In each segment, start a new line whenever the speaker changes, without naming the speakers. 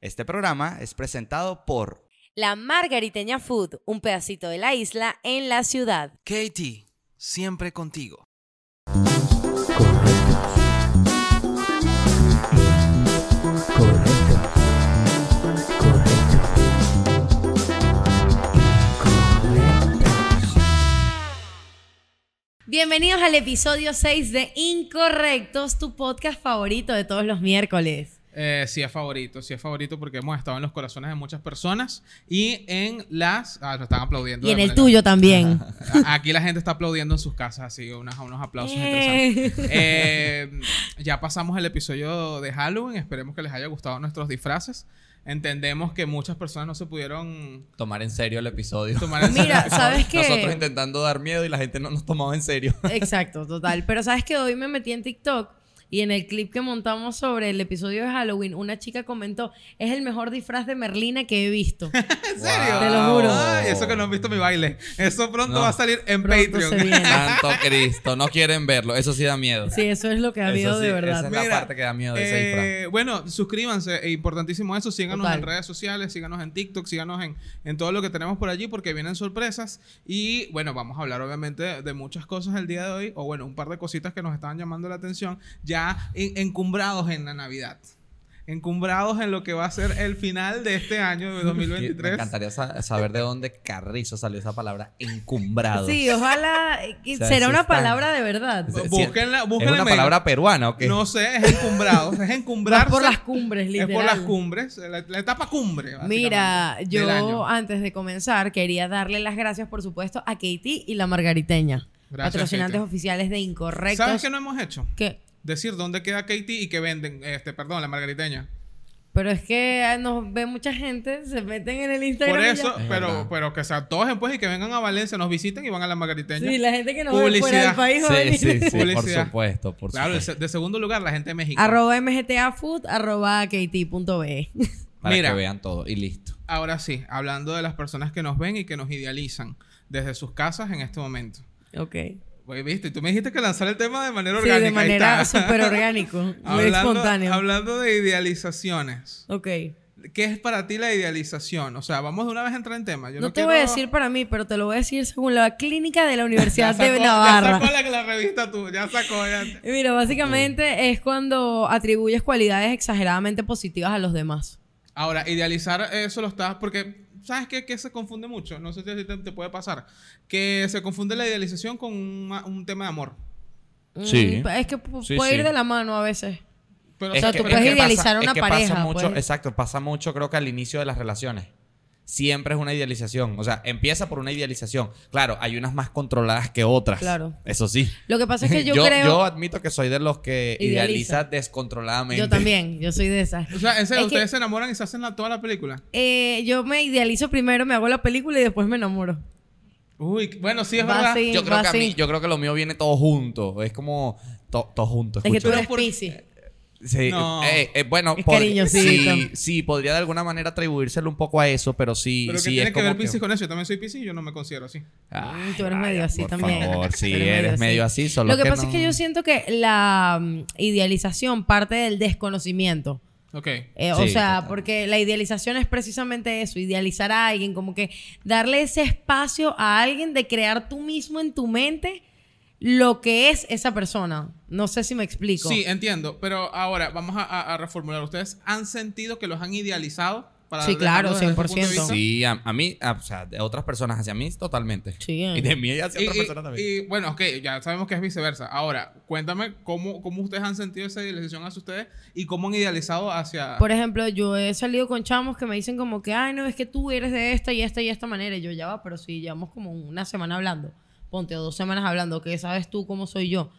Este programa es presentado por
La Margariteña Food, un pedacito de la isla en la ciudad.
Katie, siempre contigo.
Correcto. Correcto.
Bienvenidos al episodio 6 de Incorrectos, tu podcast favorito de todos los miércoles.
Eh, sí es favorito, sí es favorito porque hemos estado en los corazones de muchas personas y en las... Ah, lo están aplaudiendo.
Y en
de
el
manera-
tuyo también.
A- Aquí la gente está aplaudiendo en sus casas, así, unas, unos aplausos
Eh.
interesantes. Eh, ya pasamos el episodio de Halloween, esperemos que les haya gustado nuestros disfraces. Entendemos que muchas personas no se pudieron
tomar en serio el episodio.
tomar en serio el
Mira,
episodio.
¿sabes qué?
Nosotros intentando dar miedo y la gente no nos tomaba en serio.
Exacto, total. Pero sabes que hoy me metí en TikTok y en el clip que montamos sobre el episodio de Halloween, una chica comentó, es el mejor disfraz de Merlina que he visto.
¿En serio?
Te lo juro.
Ay, eso que no han visto mi baile. Eso pronto
No.
va a salir en
Pronto se
Patreon.
viene.
Santo Cristo, no quieren verlo. Eso sí da miedo.
Sí, eso es lo que ha
Eso
habido
sí,
de
Esa
verdad.
es la
Mira,
parte que da miedo de ese disfraz.
Eh, bueno, suscríbanse, es importantísimo eso, síganos
Total.
en redes sociales, síganos en TikTok, síganos en, en todo lo que tenemos por allí porque vienen sorpresas y bueno, vamos a hablar obviamente de, de muchas cosas el día de hoy o bueno, un par de cositas que nos estaban llamando la atención ya en- encumbrados en la Navidad, encumbrados en lo que va a ser el final de este año de
Me
2023.
encantaría sa- saber de dónde carrizo salió esa palabra encumbrado.
Sí, ojalá...
O sea,
será
sí
una
están-
palabra de verdad.
Sí,
Búsquenla,
¿Es
búsquenla
una
en medio.
palabra peruana o qué?
No sé, es encumbrados, es
Vas
encumbrarse.
por las cumbres,
es
literal.
por las cumbres, la, la etapa cumbre.
Mira,
básicamente, del año.
yo antes de comenzar quería darle las gracias, por supuesto, a Katie y la Margariteña,
Gracias,
patrocinantes
Katie.
oficiales de Incorrectos.
¿Sabes qué no hemos hecho?
¿Qué?
Decir dónde queda Katie y que venden, este, perdón, la margariteña.
Pero es que ah, nos ve mucha gente, se meten en el Instagram.
Por
y
eso,
ya.
Es
pero,
verdad.
pero que se atojen pues y que vengan a Valencia, nos visiten y van a la margariteña.
Sí, la gente que nos ve
Publicidad.
fuera del país va a
Sí,
venir.
sí, sí, por
Publicidad.
supuesto, por
claro, de,
supuesto.
se- de segundo lugar, la gente de México.
Arroba mgtafood, arroba katie.be.
Para
Mira.
que vean todo y listo.
Ahora sí, hablando de las personas que nos ven y que nos idealizan desde sus casas en este momento.
ok.
Oye, viste, tú me dijiste que lanzar el tema de manera
Sí,
orgánica.
de
ahí
manera
está.
súper orgánico, muy
hablando,
espontáneo.
hablando de idealizaciones.
Ok.
¿Qué es para ti la idealización? O sea, vamos de una vez a entrar en tema. Yo
no,
no,
te voy a
quiero-
decir para mí, pero te lo voy a decir según la clínica de la Universidad
Ya sacó-
de Navarra.
Ya sacó la, la revista tú, ya sacó. ya-
Mira, básicamente es cuando atribuyes cualidades exageradamente positivas a los demás.
Ahora, idealizar eso lo estás porque sabes qué? que se confunde mucho. No sé si a ti te, te puede pasar que se confunde la idealización con un, ma- un tema de amor.
Sí.
Mm, es que pu-
Sí,
puede ir
sí.
de la mano a veces.
Pero
sea,
sí,
tú
pero
puedes
es
pasa-
idealizar a una
es que
pareja,
Pasa mucho,
pues.
Exacto, pasa mucho creo que al inicio de las relaciones. Siempre es una idealización. O sea, empieza por una idealización. Claro, hay unas más controladas que otras.
Claro.
Eso sí.
Lo que pasa es que yo, creo...
yo admito que soy de los que
Idealiza.
idealiza descontroladamente.
Yo también, yo soy de esas.
O sea, en serio,
Es que-
ustedes se enamoran y se hacen la, toda la película.
Eh, yo me idealizo primero, me hago la película y después me enamoro.
Uy, bueno, sí es
Va
verdad.
así.
Yo creo, que a
Así.
mí, yo creo que lo mío viene todo junto. Es como to- todo junto.
Es que tú
escucha.
eres Piscis.
Sí,
No.
eh, eh, bueno,
Es
pod-
cariñosito.
sí, sí, podría de alguna manera atribuírselo un poco a eso, pero sí,
Pero que
sí
tiene
es
que
como
ver
que-
Pisces con eso. Yo también soy Pisces y yo no me considero así.
Ay,
Mm, tú eres medio
Brian,
así
por
también.
favor, sí,
Tú eres medio
eres medio así, solo
Lo que, pasa
no-
es que yo siento que la mm, idealización parte del desconocimiento.
Ok.
Eh, o
Sí,
sea,
total.
porque la idealización es precisamente eso, idealizar a alguien, como que darle ese espacio a alguien de crear tú mismo en tu mente lo que es esa persona. No sé si me explico.
Sí, entiendo. Pero ahora vamos a, a- a reformular. ¿Ustedes han sentido que los han idealizado? Para
Sí, claro,
dejarlo desde ese punto de
100%.
vista?
Sí, a, a mí, a- o sea, de otras personas hacia mí, totalmente.
Sí.
eh,
eh.
Y de mí hacia
Y,
otras
y-
personas también.
y, bueno, ok, ya sabemos que es viceversa. Ahora, cuéntame cómo, cómo ustedes han sentido esa idealización hacia ustedes y cómo han idealizado hacia...
Por ejemplo, yo he salido con chamos que me dicen como que, ay, no, es que tú eres de esta y esta y esta manera. Y yo ya va, pero sí, llevamos como una semana hablando, ponte o dos semanas hablando, que sabes tú cómo soy yo.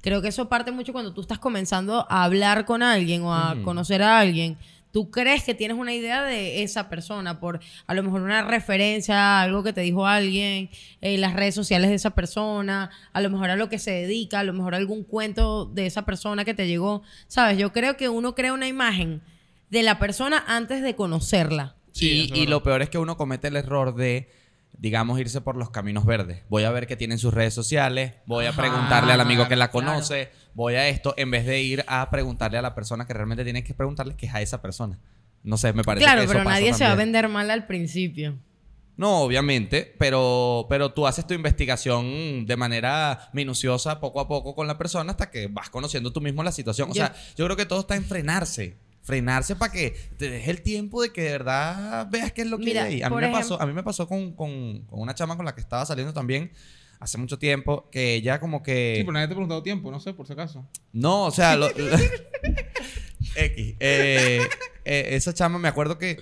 Creo que eso parte mucho cuando tú estás comenzando a hablar con alguien o a conocer a alguien. Tú crees que tienes una idea de esa persona por a lo mejor una referencia, algo que te dijo alguien, eh, las redes sociales de esa persona, a lo mejor a lo que se dedica, a lo mejor algún cuento de esa persona que te llegó. Sabes, yo creo que uno crea una imagen de la persona antes de conocerla.
y
Sí, eso es
y
verdad.
lo peor es que uno comete el error de, digamos, irse por los caminos verdes. Voy a ver qué tienen sus redes sociales, voy a
Ajá,
preguntarle al amigo que la
claro.
conoce, voy a esto, en vez de ir a preguntarle a la persona que realmente tienes que preguntarle, que es a esa persona. No sé, me parece
Claro,
que eso
pero
pasa
nadie se va a
también.
vender mal al principio.
No, obviamente, pero, pero tú haces tu investigación de manera minuciosa, poco a poco con la persona, hasta que vas conociendo tú mismo la situación. O
Ya.
sea, yo creo que todo está en frenarse. Frenarse para que te deje el tiempo de que de verdad veas qué es lo que
Mira,
hay. A mí,
por
me
ejem-
pasó, a mí me pasó con, con- con una chama con la que estaba saliendo también hace mucho tiempo, que ella como que...
Sí, pero nadie te ha preguntado tiempo, no sé, por si acaso.
No, o sea, lo- lo- X. Eh, eh, esa chama me acuerdo que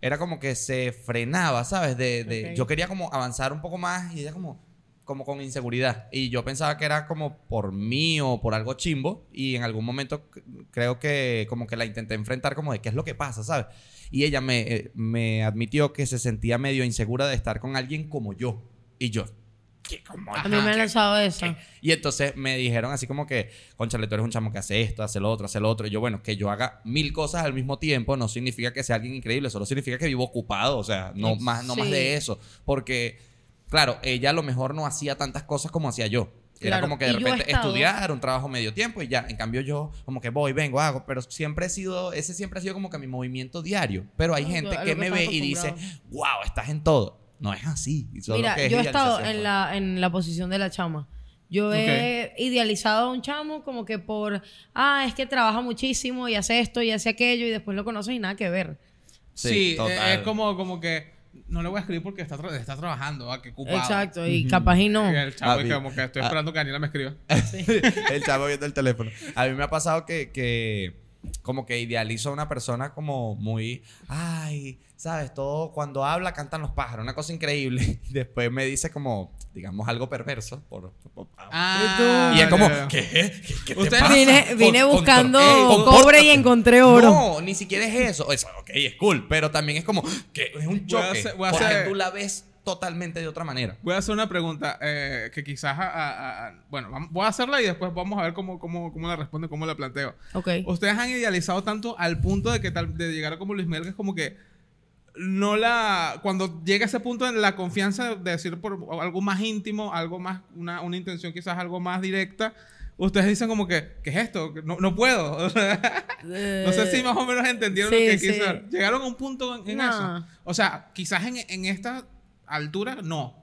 era como que se frenaba, ¿sabes? De, de-
Ok.
Yo quería como avanzar un poco más y ella como, como con inseguridad. Y yo pensaba que era como por mí o por algo chimbo. Y en algún momento c- creo que como que la intenté enfrentar como de qué es lo que pasa, ¿sabes? Y ella me, eh, me admitió que se sentía medio insegura de estar con alguien como yo. Y yo... ¿Qué como
a mí me han lanzado eso.
y entonces me dijeron así como que, conchale, tú eres un chamo que hace esto, hace lo otro, hace lo otro. Y yo, bueno, que yo haga mil cosas al mismo tiempo no significa que sea alguien increíble, solo significa que vivo ocupado, o sea, no, más, no más
Sí.
de eso. Porque, claro, ella a lo mejor no hacía tantas cosas como hacía yo. Era
Claro,
como que de
y yo he
repente
estado-
estudiar, un trabajo medio tiempo y ya. En cambio yo como que voy, vengo, hago, pero siempre he sido, ese siempre ha sido como que mi movimiento diario. Pero hay
Ah,
gente
a lo
que
que
me
estás
ve y dice, wow, estás en todo. No es así. solo
Mira,
que es
yo he estado
idealización,
en
pues.
la, en la posición de la chama. Yo he idealizado a un chamo como que por, ah, es que trabaja muchísimo y hace esto y hace aquello y después lo conoces y nada que ver.
Sí,
Sí, eh,
total.
es como, como que no le voy a escribir porque está, tra- está trabajando, ah, que ocupado.
Exacto, y capaz y no.
Y el chavo
Ah,
es
bien.
como que estoy
Ah.
esperando que Daniela me escriba.
el chavo viendo el teléfono. A mí me ha pasado que, que como que idealizo a una persona como muy, ay, sabes, todo cuando habla cantan los pájaros, una cosa increíble. Y después me dice como, digamos, algo perverso. Por, por-
Ah,
y es como,
ya, ya.
¿qué? ¿Qué, qué te
Ustedes-
pasa?
Vine, vine
Con- con-
buscando
eh, compórtate.
cobre y encontré oro.
No, ni siquiera es eso. Eso, ok, es cool, pero también es como que es un
Voy a
choque.
hacer- voy a
porque
hacer-
tú la ves totalmente de otra manera.
Voy a hacer una pregunta eh, que quizás a, a- a- bueno, vam- voy a hacerla y después vamos a ver cómo, cómo, cómo la responde, cómo la planteo.
Ok.
Ustedes han idealizado tanto al punto de que tal, de llegar a como Luis Miguel que es como que no la cuando llega ese punto en la confianza de decir por algo más íntimo, algo más una, una intención quizás algo más directa, ustedes dicen como que ¿qué es esto? No, no puedo.
Eh,
No sé si más o menos entendieron
sí,
lo que
sí.
quise dar. Llegaron a un punto en, en
No.
eso. O sea, quizás en, en esta altura no.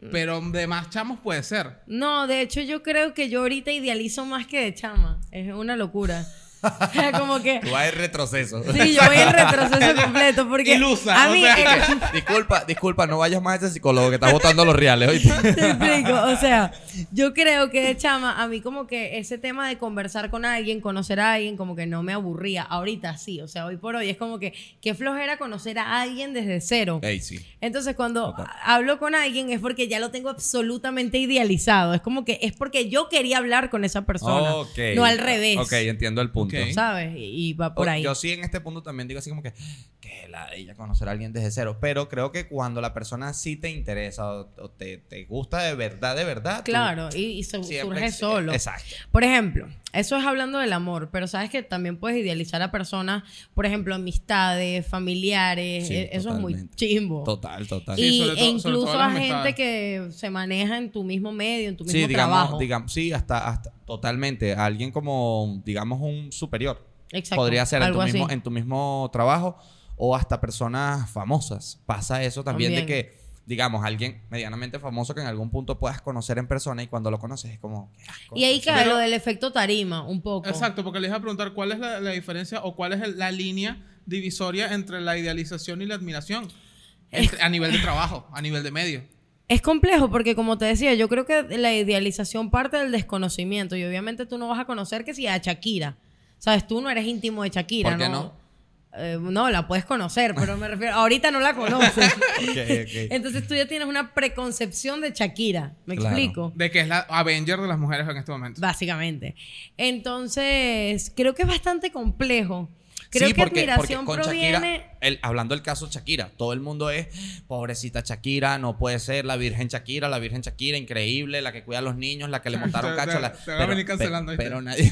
Mm.
Pero de más chamos puede ser.
No, de hecho yo creo que yo ahorita idealizo más que de chama. Es una locura. como que...
Tú vas en retroceso.
Sí, yo voy en retroceso completo porque...
Ilusa,
a
o
mí,
sea.
disculpa, disculpa, no vayas más a ese psicólogo que está botando los reales, ¿oíste?
Te explico, o sea, yo creo que de chama, a mí como que ese tema de conversar con alguien, conocer a alguien, como que no me aburría. Ahorita sí, o sea, hoy por hoy es como que qué flojera conocer a alguien desde cero.
Ey, sí.
Entonces, cuando hablo con alguien es porque ya lo tengo absolutamente idealizado. Es como que es porque yo quería hablar con esa persona.
Ok.
No al revés.
Ok, entiendo el punto.
Ok.
¿Sabes? Y, y va por
O-
ahí.
Yo sí en este punto también digo así como que que la ella conocer a alguien desde cero, pero creo que cuando la persona sí te interesa o, o te, te gusta de verdad, de verdad. tú
Claro, y, y su-
siempre-
surge solo.
Exacto.
Por ejemplo, eso es hablando del amor, pero sabes que también puedes idealizar a personas, por ejemplo, amistades, familiares,
Sí,
eh, eso es muy
totalmente.
chimbo.
Total, total.
Sí,
y,
sobre
e
todo- sobre
incluso
todo las
a gente
amistades.
que se maneja en tu mismo medio, en tu mismo
Sí,
trabajo.
digamos, digamos, sí, hasta, hasta totalmente. Alguien como, digamos, un superior.
Exacto,
Podría ser en
algo
tu, mismo,
así.
en tu mismo trabajo o hasta personas famosas. Pasa eso también,
También.
de que, digamos, alguien medianamente famoso que en algún punto puedas conocer en persona y cuando lo conoces es como... qué asco.
Y ahí cae
Pero-
lo del efecto tarima, un poco.
Exacto, porque les iba a preguntar cuál es la, la diferencia o cuál es el- la línea divisoria entre la idealización y la admiración. Entre- a nivel de trabajo, a nivel de medio.
Es complejo porque, como te decía, yo creo que la idealización parte del desconocimiento y obviamente tú no vas a conocer que si a Shakira. Sabes, tú no eres íntimo de Shakira,
¿Por qué
no? Eh, no, la puedes conocer, pero me refiero, ahorita no la conoces.
ok.
Entonces tú ya tienes una preconcepción de Shakira, ¿me
Claro.
explico?
De que es la Avenger de las mujeres en este momento.
Básicamente. Entonces, creo que es bastante complejo. Creo
Sí,
que admiración
con
proviene...
Shakira, el- hablando del caso Shakira, todo el mundo es pobrecita Shakira, no puede ser la Virgen Shakira, la Virgen Shakira, increíble, la que cuida a los niños, la que le montaron
Te- te-
cacho. la-
te van a venir cancelando,
pe-
¿viste?
pero nadie.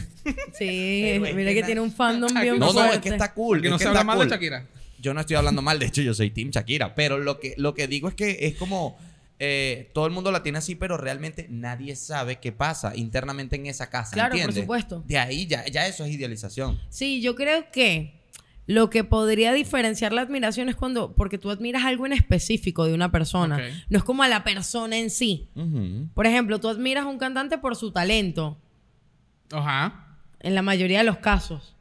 Sí,
Pero es
mira
que
que
na-
tiene un fandom bien
No, no, es
fuerte.
que está cool.
Que no
es
se habla
está
mal de
cool.
Shakira.
Yo no estoy hablando mal, de hecho, yo soy Team Shakira. Pero lo que, lo que digo es que es como. eh, todo el mundo la tiene así, pero realmente nadie sabe qué pasa internamente en esa casa.
Claro, por
¿entiendes?
supuesto.
De ahí ya, ya eso es idealización.
Sí, yo creo que Lo que podría diferenciar la admiración es cuando, porque tú admiras algo en específico de una persona,
Ok.
no es como a la persona en sí.
Ujú.
Por ejemplo, tú admiras a un cantante por su talento,
Ajá.
en la mayoría de los casos.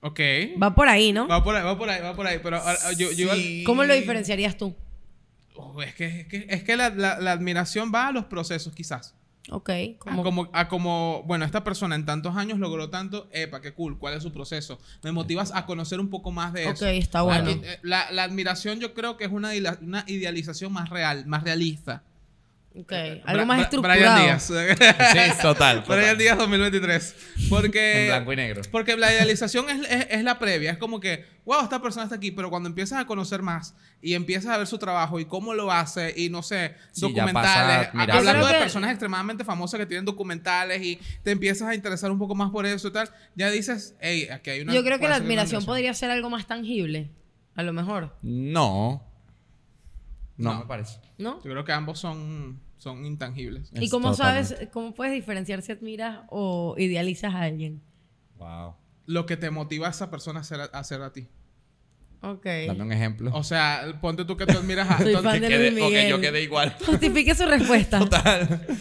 Ok.
Va por ahí, ¿no?
Va por ahí, va por ahí, va por ahí. Pero ah, ah, yo, yo igual-
¿Cómo lo diferenciarías tú?
Oh, es que, es que, es que la, la- la admiración va a los procesos, quizás.
Ok.
A
¿cómo?
como, a como, bueno, esta persona en tantos años logró tanto, epa, qué cool, ¿cuál es su proceso? Me motivas a conocer un poco más de
Ok,
eso.
está
A
Ah,
bueno.
mí, eh, La, la admiración yo creo que es una, dila- una idealización más real, más realista.
Ok,
Bra-
Algo más
Bra-
estructurado.
Brian Díaz.
Sí, total.
Brian
total.
Díaz 2023. Porque...
En blanco y negro.
Porque la idealización es, es- es la previa, es como que, wow, esta persona está aquí, pero cuando empiezas a conocer más y empiezas a ver su trabajo y cómo lo hace y no sé,
Sí, ya
documentales,
pasa a
ha-
admirar.
hablando
Yo
de
creo que-
personas extremadamente famosas que tienen documentales y te empiezas a interesar un poco más por eso y tal, ya dices, hey, aquí hay una...
Yo creo que
puede
la
ser una
admiración podría ser algo más tangible, a lo mejor,
No. No,
No.
me parece.
¿no?
Yo creo que ambos son, son intangibles.
¿Y
Es
cómo
totalmente.
sabes, cómo puedes diferenciar si admiras o idealizas a alguien?
Wow.
Lo que te motiva a esa persona a hacer a, hacer a ti.
Ok.
Dame un ejemplo.
O sea, ponte tú que tú admiras a...
Soy
tú-
fan de Luis
ok,
Miguel.
yo quedé igual.
Justifique su respuesta.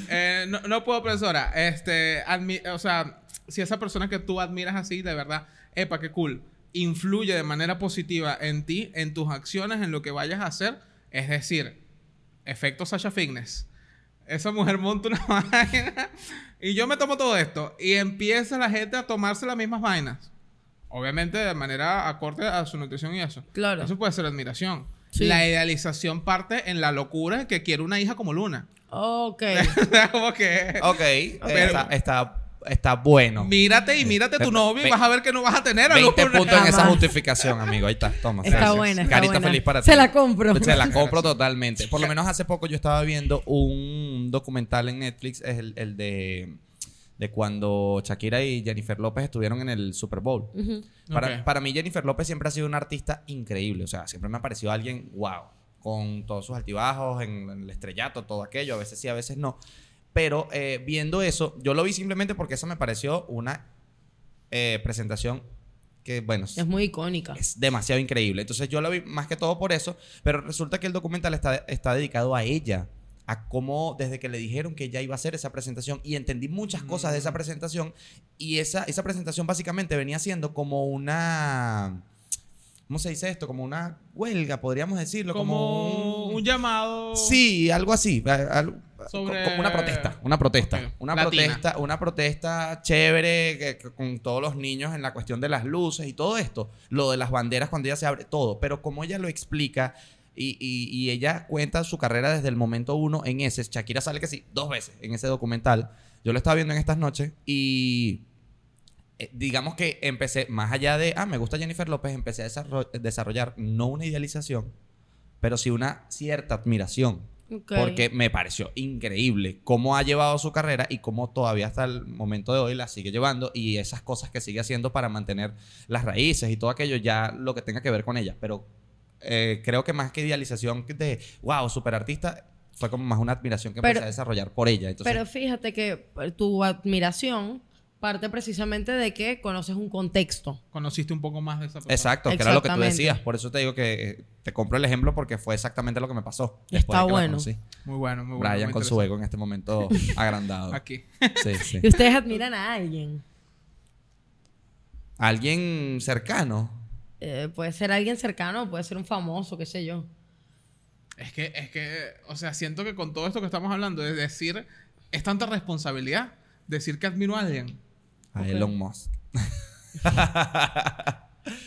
Eh, no, no puedo, profesora. Este, admi- o sea, si esa persona que tú admiras así, de verdad, epa, qué cool, influye de manera positiva en ti, en tus acciones, en lo que vayas a hacer, es decir, efecto Sasha Fitness. Esa mujer monta una vaina y yo me tomo todo esto y empieza la gente a tomarse las mismas vainas. Obviamente de manera acorde a su nutrición y eso.
Claro.
Eso puede ser admiración.
Sí.
La idealización parte en la locura que quiere una hija como Luna.
Ok.
como que
Ok, Está, está, está bueno.
mírate y mírate tu
Ve-
novio
Eh,
y
ve-
vas a ver que no vas a tener a
20
Luna.
puntos en esa
Jamás.
justificación, amigo. Ahí está, toma.
Está
gracias.
buena, está
Carita
buena.
feliz para ti.
Se la compro.
Se la compro totalmente. Por lo menos hace poco yo estaba viendo un documental en Netflix, es el, el de, de cuando Shakira y Jennifer López estuvieron en el Super Bowl.
Ujú.
Para,
Ok.
para mí Jennifer López siempre ha sido una artista increíble, o sea, siempre me ha parecido alguien wow, con todos sus altibajos, en, en el estrellato, todo aquello, a veces sí, a veces no. Pero eh, viendo eso, yo lo vi simplemente porque esa me pareció una eh, presentación que, bueno,
Es muy icónica.
es demasiado increíble. Entonces yo la vi más que todo por eso, pero resulta que el documental está, está dedicado a ella, a cómo desde que le dijeron que ella iba a hacer esa presentación y entendí muchas cosas de esa
Mm.
presentación y esa, esa presentación básicamente venía siendo como una... ¿Cómo se dice esto? Como una huelga, podríamos decirlo. Como,
como
un-
un llamado.
Sí, algo así. a- al-
Sobre-
Como una protesta, una protesta.
Ok.
Una
Latina.
protesta, una protesta chévere que- que con todos los niños en la cuestión de las luces y todo esto. Lo de las banderas cuando ella se abre, todo. Pero como ella lo explica y, y- y ella cuenta su carrera desde el momento uno en ese. Shakira sale que sí, dos veces en ese documental. Yo lo estaba viendo en estas noches y eh, digamos que empecé, más allá de, ah, me gusta Jennifer López, empecé a desarro- desarrollar no una idealización, pero sí una cierta admiración.
Ok.
Porque me pareció increíble cómo ha llevado su carrera y cómo todavía hasta el momento de hoy la sigue llevando y esas cosas que sigue haciendo para mantener las raíces y todo aquello, ya lo que tenga que ver con ella. Pero eh, creo que más que idealización de, wow, superartista, fue como más una admiración que empecé
Pero-
a desarrollar por ella. Entonces,
Pero fíjate que eh, tu admiración parte precisamente de que conoces un contexto.
Conociste un poco más de esa persona.
Exacto, que era lo que tú
Exactamente.
decías. Por eso te digo que eh, te compro el ejemplo porque fue exactamente lo que me pasó. después
Está
de que la
bueno.
conocí.
Muy bueno, muy bueno.
Brian
muy
con su
interesante.
ego en este momento agrandado.
Aquí.
Sí, sí.
Y ustedes admiran a alguien.
Alguien cercano.
Eh, puede ser alguien cercano, puede ser un famoso, qué sé yo.
Es que, es que, o sea, siento que con todo esto que estamos hablando, es decir, es tanta responsabilidad decir que admiro a alguien.
A
Ok.
Elon Musk.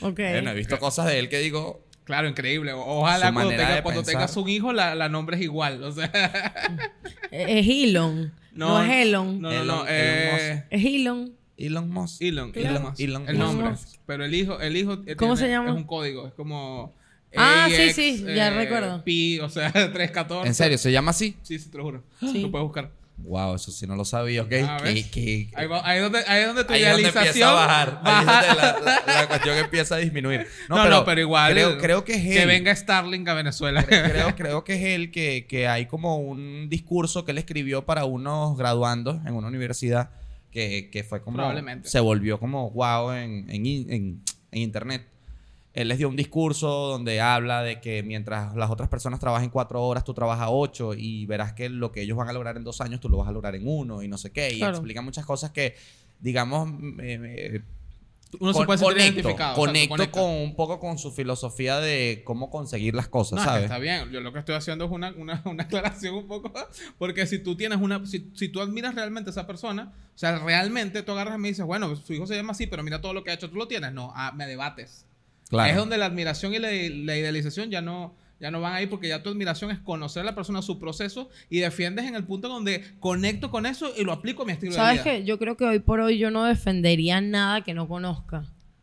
Ok. Eh,
Bueno, he visto cosas de él que digo.
Claro, increíble. O- Ojalá
Su
cuando,
manera
tenga-
de
cuando
pensar.
tengas un hijo, la, la nombres igual. O sea,
Eh, Es Elon. No, es Elon.
No, no, no.
Elon-
eh,
Elon
Es Elon.
Elon Musk.
Elon,
Claro.
Elon Musk.
Elon
el
Musk.
nombre.
Musk.
Pero el hijo, el hijo eh,
¿Cómo se llama?
es un código, es como
Ah, sí, sí, ya recuerdo.
Pi, o sea, 314.
¿En serio? ¿Se llama así?
Sí, sí, te lo juro.
Sí.
Lo puedes buscar.
Wow, eso sí no lo sabía, ¿ok?
Ah, ¿ves?
¿Qué- qué-
Ahí, va- ahí es donde, ahí es donde tu
Ahí es donde empieza
idealización
a bajar. Ahí es
baja.
donde la, la- la cuestión empieza a disminuir.
No, no, pero, igual.
Creo, creo que es
Que
él.
venga Starlink a Venezuela.
Cre- creo, creo que es él que, que hay como un discurso que él escribió para unos graduandos en una universidad que, que fue como
Probablemente.
se volvió como wow en, en in- en- en internet Él les dio un discurso donde habla de que mientras las otras personas trabajen cuatro horas, tú trabajas ocho y verás que lo que ellos van a lograr en dos años, tú lo vas a lograr en uno y no sé qué. Y
Claro.
explica muchas cosas que, digamos, eh, eh,
Uno se
con-
puede sentir
conecto,
identificado. exacto,
Conecto
conecta.
con un poco con su filosofía de cómo conseguir las cosas,
No, es que
¿sabes?
está bien. Yo lo que estoy haciendo es una, una, una aclaración un poco. Porque si tú tienes una. Si, si tú admiras realmente a esa persona, o sea, realmente tú agarras y me dices, bueno, su hijo se llama así, pero mira todo lo que ha hecho. ¿Tú lo tienes? No, ah, me debates.
Claro.
Es donde la admiración y la, la idealización ya no, ya no van ahí porque ya tu admiración es conocer a la persona, su proceso y defiendes en el punto donde conecto con eso y lo aplico a mi estilo
¿Sabes
de vida.
qué? Yo creo que hoy por hoy yo no defendería nada que no conozca.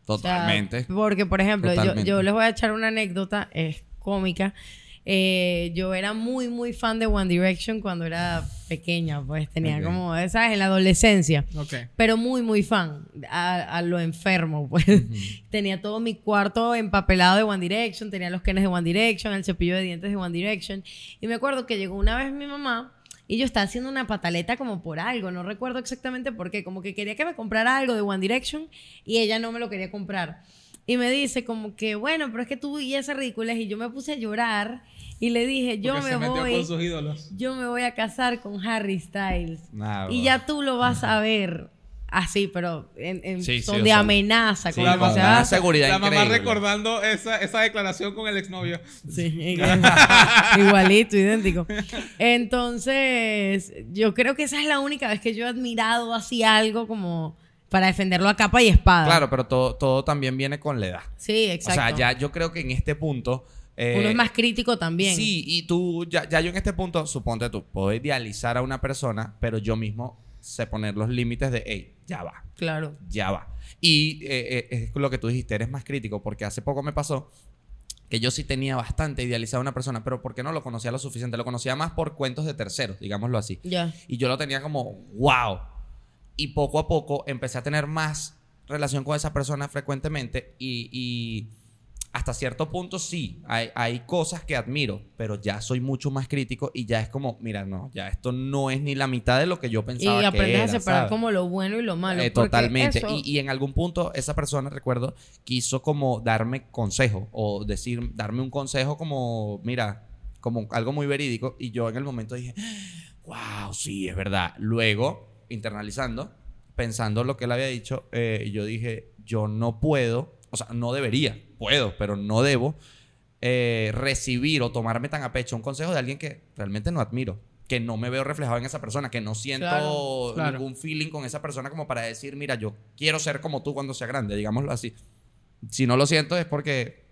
O sea,
Totalmente.
porque, por ejemplo, yo-
Totalmente.
Yo, les voy a echar una anécdota, es cómica. Eh, yo era muy, muy fan de One Direction cuando era pequeña, pues tenía
Ok.
como, ¿sabes? En la adolescencia.
Ok.
Pero muy, muy fan, a, a lo enfermo, pues. Tenía todo mi cuarto empapelado de One Direction, tenía los kenes de One Direction, el cepillo de dientes de One Direction. Y me acuerdo que llegó una vez mi mamá y yo estaba haciendo una pataleta como por algo, no recuerdo exactamente por qué, como que quería que me comprara algo de One Direction y ella no me lo quería comprar. Y me dice como que, bueno, pero es que tú y esas ridículas y yo me puse a llorar y le dije, yo
Porque se
me
metió
voy,
con sus ídolos.
yo me voy a casar con Harry Styles.
Nah,
Y
bro.
ya tú lo vas a ver así, pero en, en
Sí, sí,
son
o
de
sea,
amenaza.
Sí,
como
la
que
con
se
una
va-
seguridad
La mamá
increíble.
recordando esa, esa declaración con el exnovio.
Sí, igualito, idéntico. Entonces, yo creo que esa es la única vez que yo he admirado así algo como para defenderlo a capa y espada.
Claro, pero todo, todo también viene con la edad.
Sí, exacto.
O sea, ya yo creo que en este punto... eh,
Uno es más crítico también.
Sí, y tú, ya, ya yo en este punto, suponte tú, puedo idealizar a una persona, pero yo mismo sé poner los límites de, hey, ya va,
Claro.
ya va. Y eh, eh, es lo que tú dijiste, eres más crítico, porque hace poco me pasó que yo sí tenía bastante idealizada a una persona, pero porque no lo conocía lo suficiente, lo conocía más por cuentos de terceros, digámoslo así.
Ya.
Y yo lo tenía como, wow. Y poco a poco empecé a tener más relación con esa persona frecuentemente y, y hasta cierto punto sí, hay, hay cosas que admiro, pero ya soy mucho más crítico y ya es como, mira, no, ya esto no es ni la mitad de lo que yo
Y
pensaba. que
aprendes a
era",
separar
¿sabes?
como lo bueno y lo malo.
Eh,
porque
totalmente.
eso-
Y, y en algún punto esa persona, recuerdo, quiso como darme consejo o decir, darme un consejo como, mira, como algo muy verídico. Y yo en el momento dije, wow, sí, es verdad. Luego, internalizando, pensando lo que él había dicho, eh, yo dije, yo no puedo, o sea, no debería, puedo, pero no debo eh, recibir o tomarme tan a pecho un consejo de alguien que realmente no admiro, que no me veo reflejado en esa persona, que no siento
Claro,
claro.
ningún feeling con esa persona como para decir, mira, yo quiero ser como tú cuando sea grande, digámoslo así. Si no lo siento es porque...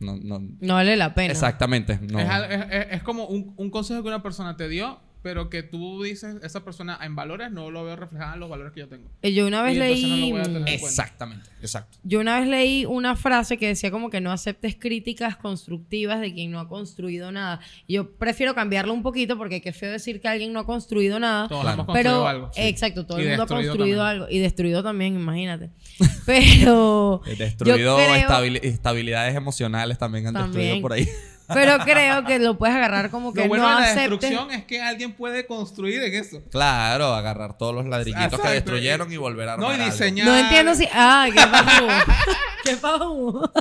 No, no,
No vale la pena.
Exactamente. No.
Es, al- es- es- es como un, un consejo que una persona te dio, pero que tú dices, esa persona en valores no lo veo reflejada en los valores que yo tengo.
Y Eh, Yo una vez
Y entonces no lo
leí...
voy a tener.
Exactamente, exacto.
Yo una vez leí una frase que decía como que no aceptes críticas constructivas de quien no ha construido nada. Yo prefiero cambiarlo un poquito porque qué feo decir que alguien no ha construido nada.
Todos
Claro.
hemos construido
Ah. Pero, eh,
algo. sí.
exacto, todo
Y
el mundo ha
destruido
construido
también.
algo y destruido también, imagínate. Pero,
Destruido
creo-
estabili- estabilidades emocionales también han
También.
destruido por ahí.
pero creo que lo puedes agarrar como que
Lo bueno
no
de la
aceptes.
destrucción es que alguien puede construir en eso.
Claro, agarrar todos los ladrillitos que
Ah, ¿sabes?
destruyeron y volver a
No,
armar
y
algo.
diseñar.
No entiendo si. Ah, qué pavo. qué pavo.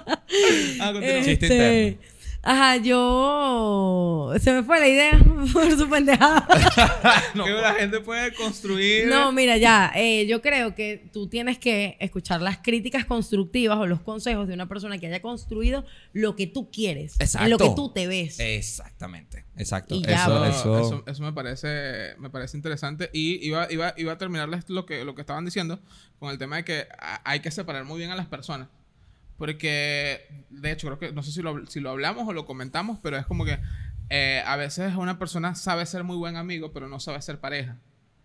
Ah, continúa.
Chiste
Este,
interno.
Ajá, yo. Se me fue la idea por su pendejada.
Que la gente puede construir.
No, mira, ya, eh, yo creo que tú tienes que escuchar las críticas constructivas o los consejos de una persona que haya construido lo que tú quieres, en lo
Exacto. Eh,
que tú te ves.
Exactamente, exacto.
Y ya,
eso,
No,
eso,
eso- eso me parece me parece interesante y iba, iba, iba a terminarles lo que, lo que estaban diciendo con el tema de que a- hay que separar muy bien a las personas porque de hecho creo que no sé si lo, habl- si lo hablamos o lo comentamos pero es como que eh, a veces una persona sabe ser muy buen amigo pero no sabe ser pareja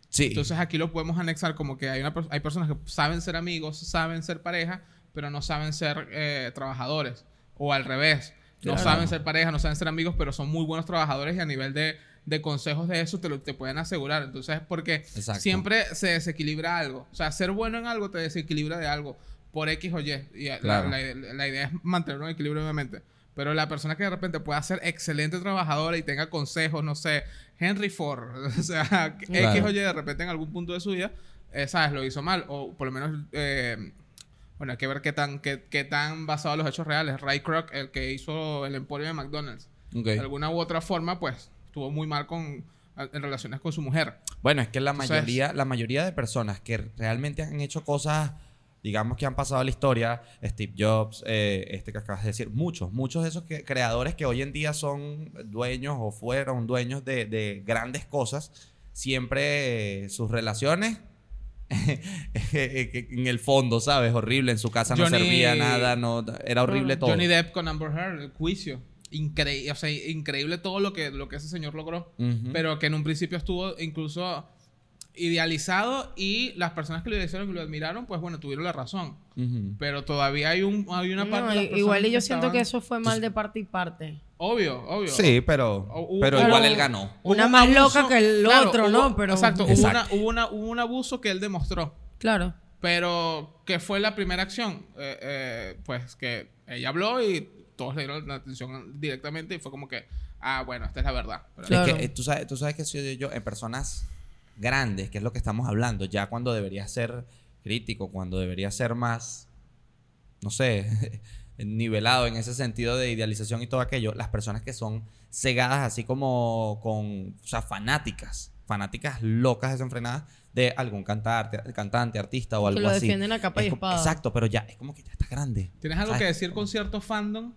Sí.
entonces aquí lo podemos anexar como que hay, una, per- hay personas que saben ser amigos, saben ser pareja, pero no saben ser eh, trabajadores. O al revés, no
Claro.
saben ser pareja, no saben ser amigos, pero son muy buenos trabajadores y a nivel de, de consejos de eso te lo te pueden asegurar. Entonces, porque
Exacto.
siempre se desequilibra algo. O sea, ser bueno en algo te desequilibra de algo por X o Y. Y la-
Claro.
la, la- la idea es mantener un equilibrio, obviamente. Pero la persona que de repente pueda ser excelente trabajadora y tenga consejos, no sé, Henry Ford, o sea, que X
Claro.
o Y de repente en algún punto de su vida, eh, ¿sabes? Lo hizo mal, o por lo menos, eh, Bueno, hay que ver qué tan, qué, qué tan basado en los hechos reales. Ray Kroc, el que hizo el emporio de McDonald's,
Ok.
de alguna u otra forma, pues estuvo muy mal con, en relaciones con su mujer.
Bueno, es que la
Tú
mayoría, la mayoría de personas que realmente han hecho cosas, digamos que han pasado a la historia, Steve Jobs, eh, este que acabas de decir, muchos, muchos de esos que- creadores que hoy en día son dueños o fueron dueños de, de grandes cosas, siempre eh, sus relaciones en el fondo, ¿sabes? Horrible, en su casa no
Johnny- Ah.
servía nada, no, era
Mm.
horrible todo.
Johnny Depp con Amber Heard, el juicio. Increíble, o sea, increíble todo lo que, lo que ese señor logró.
Ujú.
Pero que en un principio estuvo incluso idealizado y las personas que lo idealizaron, que lo admiraron, pues bueno, tuvieron la razón.
Ujú.
Pero todavía hay, un, hay una
No,
parte de las personas
igual y yo
que
siento que eso
estaban-
fue mal de parte y parte.
Obvio, obvio.
Sí, pero,
O- hubo-
pero
Pero-
igual él ganó.
Hubo
Una
un
más
abuso-
loca que el
claro,
otro,
hubo-
¿no? Pero
Exacto, hubo, una,
Exacto.
hubo, una- hubo un abuso que él demostró.
claro.
Pero, ¿qué fue la primera acción? Eh, eh, pues que ella habló y todos le dieron la atención directamente y fue como que, ah, bueno, esta es la verdad. Pero-
Claro.
Es que eh, tú sabes, tú sabes que soy yo en personas grandes, que es lo que estamos hablando, ya cuando debería ser crítico, cuando debería ser más, no sé, nivelado en ese sentido de idealización y todo aquello, las personas que son cegadas así como con, o sea, fanáticas, fanáticas locas desenfrenadas de algún cantante, cantante artista o
Que
algo
lo
así.
defienden a capa y
Es como-
espada.
Exacto, pero ya, es como que ya está grande.
¿Tienes algo
¿Sabes?
que decir con cierto fandom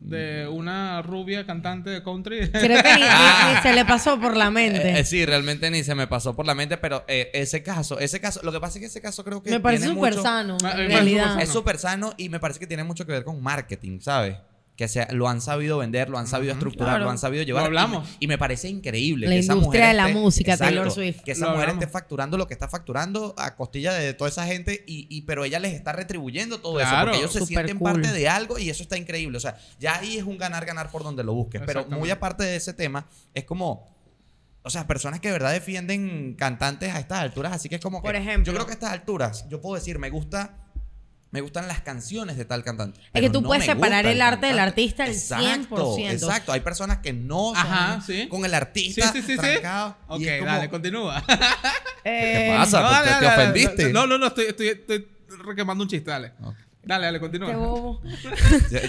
de
Mm.
una rubia cantante de country?
Creo que ni, ni- ni se le pasó por la
Eh,
mente.
eh, sí, realmente ni se me pasó por la mente, pero eh, ese caso, ese caso, lo que pasa es que ese caso creo que
Me parece
tiene
súper
mucho-
sano,
Ah, me
en
parece
realidad.
súper
Es súper sano y me parece que tiene mucho que ver con marketing, ¿sabes? Que se, lo han sabido vender, lo han sabido estructurar,
Claro.
lo han sabido llevar.
Lo hablamos.
Y me, y me parece increíble.
La
que esa
industria
mujer
de la
esté-
música, Taylor Swift.
Que esa
Lo
mujer
hablamos.
esté facturando lo que está facturando a costilla de toda esa gente, y, y- pero ella les está retribuyendo todo eso.
Claro.
Porque ellos se
Súper
sienten
cool.
parte de algo y eso está increíble. O sea, ya ahí es un ganar-ganar por donde lo busques. Pero muy
Exactamente.
aparte de ese tema, es como. O sea, personas que de verdad defienden cantantes a estas alturas, así que es como que
Por ejemplo.
yo creo que a estas alturas yo puedo decir, me gusta me gustan las canciones de tal cantante.
Es que
pero
tú
no
puedes
me
separar
gusta
el arte del
cantante.
artista al
exacto,
100%.
Exacto, hay personas que no son
Ajá, sí.
con el
Sí,
artista
sí, sí, sí.
trancados y
Ok,
es como,
dale, continúa.
¿Qué
Eh,
pasa?
No,
¿Te-
dale,
¿Te,
dale, dale,
ofendiste?
No, no, no, estoy, estoy, estoy requemando un chiste, dale.
Ok.
Dale, dale, continúa.
qué bobo.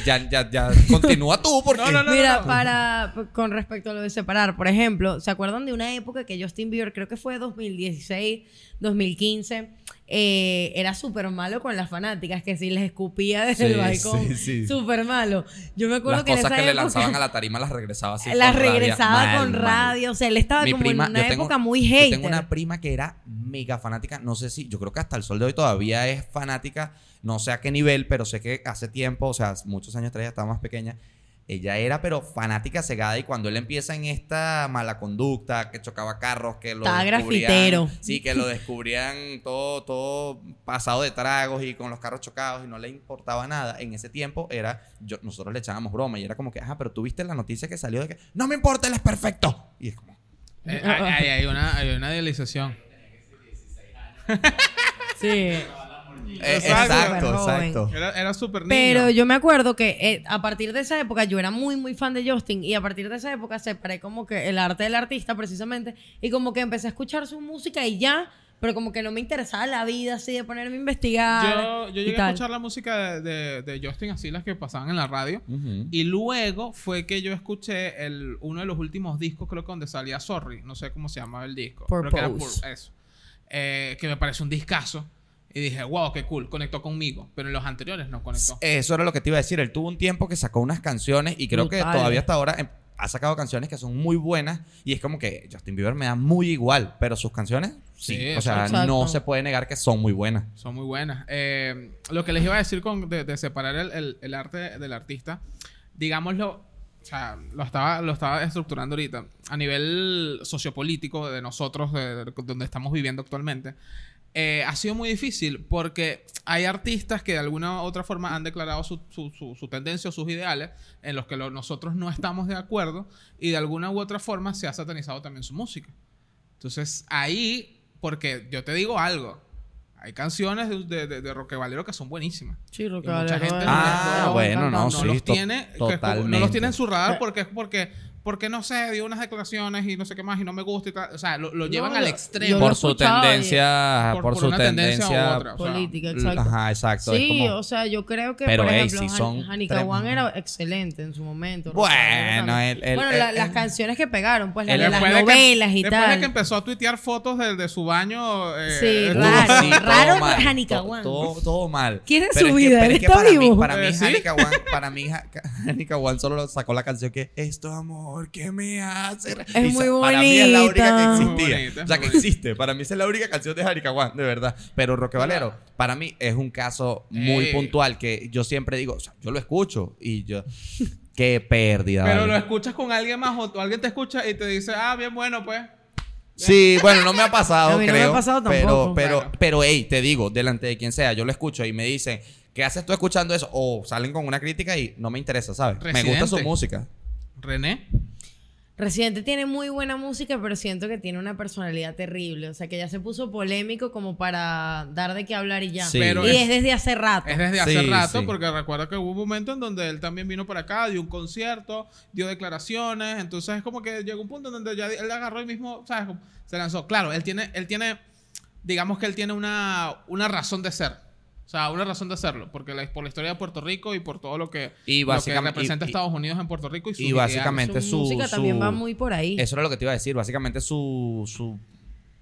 Ya, ya, ya, continúa tú porque
No, no, no.
Mira, para con respecto a lo de separar, por ejemplo, ¿se acuerdan de una época que Justin Bieber, creo que fue 2016, 2015, eh, era súper malo con las fanáticas, que si les escupía desde
Sí,
el balcón,
sí, sí.
súper malo. Yo me acuerdo
las
que en
cosas
esa
que le
época-
lanzaban a la tarima las regresaba así
las
con rabia.
regresaba
Mal,
con
mal.
radio. O sea, él estaba
Mi
como
prima,
en una
yo tengo-
época muy
yo
hater.
tengo una prima que era mega fanática, no sé si, yo creo que hasta el sol de hoy todavía es fanática, no sé a qué nivel, pero sé que hace tiempo, o sea, muchos años atrás, ya estaba más pequeña, ella era pero fanática cegada y cuando él empieza en esta mala conducta, que chocaba carros, que lo
Estaba
descubrían-
grafitero.
Sí, que lo descubrían todo, todo pasado de tragos y con los carros chocados y no le importaba nada. En ese tiempo era, yo, nosotros le echábamos broma y era como que, ajá, pero tú viste la noticia que salió de que, no me importa, él es perfecto. Y es como...
Eh, hay, hay- hay una, hay una idealización.
Sí.
Eh,
Exacto.
exacto,
Joven.
exacto.
Era, era súper niño.
Pero yo me acuerdo que eh, a partir de esa época yo era muy, muy fan de Justin y a partir de esa época separé como que el arte del artista precisamente y como que empecé a escuchar su música y ya, pero como que no me interesaba la vida así de ponerme a investigar.
Yo, yo
y
llegué a
tal.
escuchar la música de, de- de Justin, así las que pasaban en la radio. Y luego fue que yo escuché el, uno de los últimos discos, creo que donde salía Sorry, no sé cómo se llamaba el disco. Creo que era
Purpose.
Pur- eso. Eh, que me pareció un discazo. Y dije, wow, qué cool, conectó conmigo. Pero en los anteriores no conectó.
Eso era lo que te iba a decir. Él tuvo un tiempo que sacó unas canciones y creo
Brutal.
que todavía hasta ahora em, ha sacado canciones que son muy buenas y es como que Justin Bieber me da muy igual, pero sus canciones, sí.
Sí,
o sea,
exacto.
no se puede negar que son muy buenas.
Son muy buenas. Eh, lo que les iba a decir con de, de separar el, el- el arte del artista, digámoslo, o sea, lo estaba, lo estaba estructurando ahorita, a nivel sociopolítico de nosotros, de, de donde estamos viviendo actualmente, eh, ha sido muy difícil porque hay artistas que de alguna u otra forma han declarado su, su, su- su tendencia o sus ideales en los que lo- nosotros no estamos de acuerdo y de alguna u otra forma se ha satanizado también su música. Entonces, ahí, porque yo te digo algo. Hay canciones de, de, de- de Roque Valero que son buenísimas.
Sí, lo
Y
que
mucha
vale,
gente
vale.
no- Ah,
Vale,
bueno,
vale,
no,
No
vale.
sí.
los
to-
tiene, que es como- no los
totalmente.
tiene en su radar porque es porque porque no sé, dio unas declaraciones y no sé qué más y no me gusta y tal. O sea, lo, lo llevan
No,
al
yo-
extremo.
yo lo
por
he
su
escuchado y-
tendencia,
por-
por,
por
su
una tendencia u
tendencia,
otra. o sea,
política, exacto.
ajá, exacto. es
Sí,
como-
o sea, yo creo que,
Pero,
por
ey,
ejemplo,
si son
Han- Hanika Wan
tremendo.
era excelente en su momento.
Bueno,
Rosalía también.
el- el-
bueno
el-
la- las
el-
canciones que pegaron, pues, las, de las
Después de que-
novelas y
después de
tal.
que empezó a tuitear fotos de, de su baño. eh,
Sí,
eh,
Uy,
raro,
todo
raro
mal,
Hanika
to-
Wan.
Todo, todo mal.
¿Quién es
Pero
su
que-
vida?
pero
¿Él
es que
está
para
vivo?
Mí, para mí,
Eh, ¿sí?
Hanika Wan, para mí, Ha- Hanika Wan solo sacó la canción que es tu amor que me hace. re-".
Es
Y sa-
muy
Para mí es la única que
bonita.
Muy
existía.
bonita,
o sea,
muy
que
bonita.
existe. Para mí esa es la única canción de Hanika Wan, de verdad. Pero Roque Valero, para mí es un caso muy
Ey.
puntual que yo siempre digo, o sea, yo lo escucho y yo. Qué pérdida.
Pero
vale.
lo escuchas con alguien más o tú- alguien te escucha y te dice, ah, bien bueno, pues.
Sí, bueno, no me ha pasado,
A mí no
creo.
me ha pasado tampoco.
Pero, pero,
Claro.
pero, hey, te digo, delante de quien sea, yo lo escucho y me dicen, ¿qué haces tú escuchando eso? O salen con una crítica y no me interesa, ¿sabes? Me gusta su
Residente.
música.
René.
Residente tiene muy buena música, pero siento que tiene una personalidad terrible. O sea, que ya se puso polémico como para dar de qué hablar y ya.
Sí.
Pero
y
es-
es, desde hace rato.
Es desde hace
Sí,
rato,
sí.
porque recuerdo que hubo un momento en donde él también vino para acá, dio un concierto, dio declaraciones, entonces es como que llegó un punto en donde ya él agarró el mismo, ¿sabes? Como se lanzó. Claro, él tiene, él tiene, digamos que él tiene una, una razón de ser. O sea, una razón de hacerlo, porque la, por la historia de Puerto Rico y por todo lo que,
Y
lo que
básicamente-
representa
y- y-
Estados Unidos en Puerto Rico y sus
y
ideales.
básicamente-
su,
su-
música
su-
también va muy por ahí.
Eso era lo que te iba a decir. Básicamente, su, su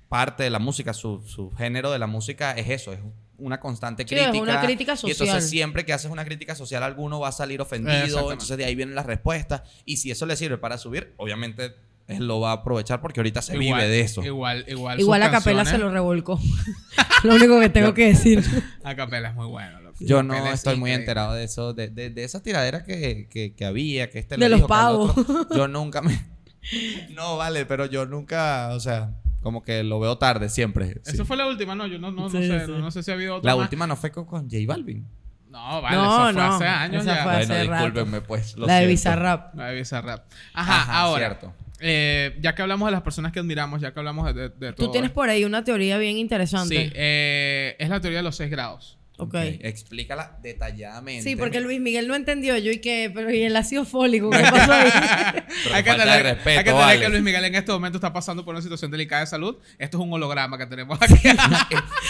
parte de la música, su, su género de la música es eso, es una constante
Sí, es
crítica.
una crítica
Y
social.
entonces, siempre que haces una crítica social, alguno va a salir ofendido.
Exactamente.
Entonces, de ahí vienen las respuestas. Y si eso le sirve para subir, obviamente él lo va a aprovechar porque ahorita se
Igual-
vive de eso.
Igual, igual.
Igual
sus
a Capela se
canciones-
lo revolcó. lo único que tengo que decir.
A Capela es muy bueno. loco.
Yo no
Capela es
estoy muy
increíble.
enterado de eso, de, de, de esas tiraderas que, que, que había, que este
De
le
los
dijo, que al
pavos.
otro. Yo nunca me... No, vale, pero yo nunca, o sea, como que lo veo tarde siempre. sí.
Eso fue la última, no, yo no, no, no
Sí,
sé,
sí.
No, no sé si ha habido otra.
La
más.
última no fue con, con J Balvin.
No, vale,
No,
eso fue
no,
hace años
esa
ya.
fue hace rato.
pues. lo
la de
siento.
Bizarrap.
No hay Bizarrap. Ajá,
Ajá,
ahora.
cierto.
eh, ya que hablamos de las personas que admiramos, ya que hablamos de, de- de todo.
Tú tienes por ahí una teoría bien interesante.
Sí, eh, es la teoría de los seis grados.
Ok.
Ok, Explícala detalladamente.
Sí, porque Luis Miguel no entendió yo y que, pero y el ácido fólico, ¿qué pasó ahí?
Pero
hay que
falta de
entender,
respeto,
hay que, entender
vale.
que Luis Miguel en este momento está pasando por una situación delicada de salud. Esto es un holograma que tenemos aquí.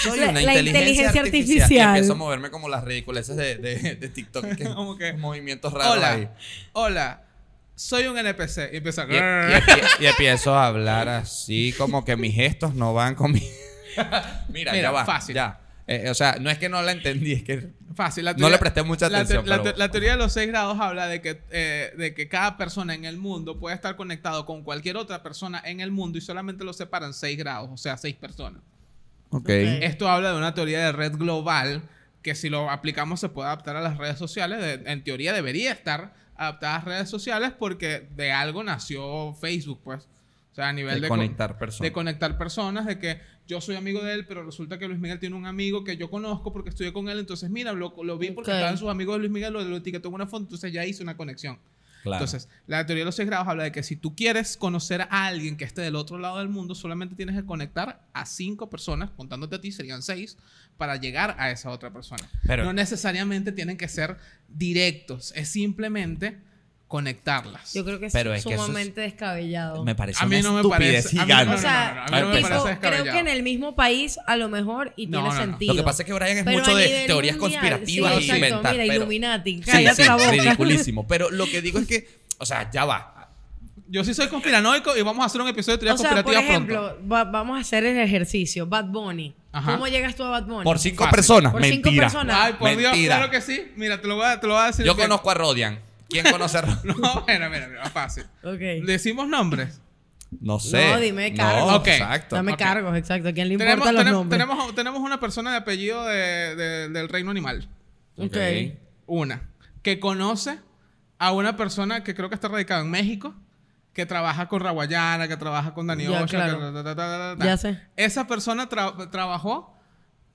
Soy
La-
una
la inteligencia
inteligencia, artificial.
artificial.
Y empiezo a moverme como las ridiculeces de, de, de TikTok. Que
Como que,
movimientos raros ahí.
hola, hola, soy un NPC. Y empieza.
Y, y empie- y empiezo a hablar así, como que mis gestos no van con mi... Mira,
Mira,
ya va.
fácil.
Ya. Eh, o sea, no es que no la entendí, es que...
Fácil, la
No le presté mucha
la te-
atención,
La,
pero-
te- la teoría de los seis grados habla de que, eh, de que cada persona en el mundo puede estar conectado con cualquier otra persona en el mundo y solamente los separan seis grados, o sea, seis personas.
Ok.
Esto habla de una teoría de red global que si lo aplicamos se puede adaptar a las redes sociales. de- en teoría debería estar adaptada a las redes sociales porque de algo nació Facebook, pues. O sea, a nivel de,
De
con-
conectar personas.
de conectar personas, de que yo soy amigo de él, pero resulta que Luis Miguel tiene un amigo que yo conozco porque estudié con él, entonces mira, lo, lo vi porque
Ok.
estaban sus amigos de Luis Miguel, lo, lo etiquetó en una foto, entonces ya hice una conexión.
Claro.
Entonces, la teoría de los seis grados habla de que si tú quieres conocer a alguien que esté del otro lado del mundo, solamente tienes que conectar a cinco personas, contándote a ti serían seis, para llegar a esa otra persona.
Pero-
no necesariamente tienen que ser directos, es simplemente conectarlas.
Yo creo que es
Pero es que eso es-
sumamente descabellado.
me parece
A mí
una
no me
estupidez
parece- a mí no-
gigante.
o sea,
no, no, no, a mí no me
tipo,
parece descabellado.
creo que en el mismo país a lo mejor y tiene
No, no, no. Lo que
sentido.
Lo que pasa es que Brian es
Pero
mucho
a
de
nivel
teorías
mundial,
conspirativas
sí,
y
exacto,
inventar.
Mira,
pero-
Illuminati,
Sí,
cállate
sí,
la boca.
ridiculísimo. Pero lo que digo es que, o sea, ya va.
Yo sí soy conspiranoico y vamos a hacer un episodio de teoría
O sea, por
conspirativa pronto.
ejemplo, va- vamos a hacer el ejercicio. Bad Bunny.
Ajá.
¿Cómo llegas tú a Bad Bunny?
Por cinco
Fácil.
personas,
Por cinco
mentira.
personas.
Ay, por Dios,
Mentira.
claro que sí. Mira, te lo voy a, te lo voy a decir.
Yo
bien.
conozco a Rodian. ¿Quién conoce a Rodian?
No, mira, mira, mira, fácil.
Ok.
Decimos nombres.
No sé.
No, dime, Carlos.
Ok.
Exacto.
Dame
Ok.
cargos, exacto. ¿A quién le importan
Tenemos,
los
tenemos,
nombres?
tenemos, tenemos una persona de apellido de- de- del reino animal.
Ok.
Una, que conoce a una persona que creo que está radicada en México, que trabaja con Raguayana, que trabaja con Dani
Ya,
Ocean,
claro.
que ta, ta, ta, ta, ta, ta.
Ya sé.
Esa persona tra- trabajó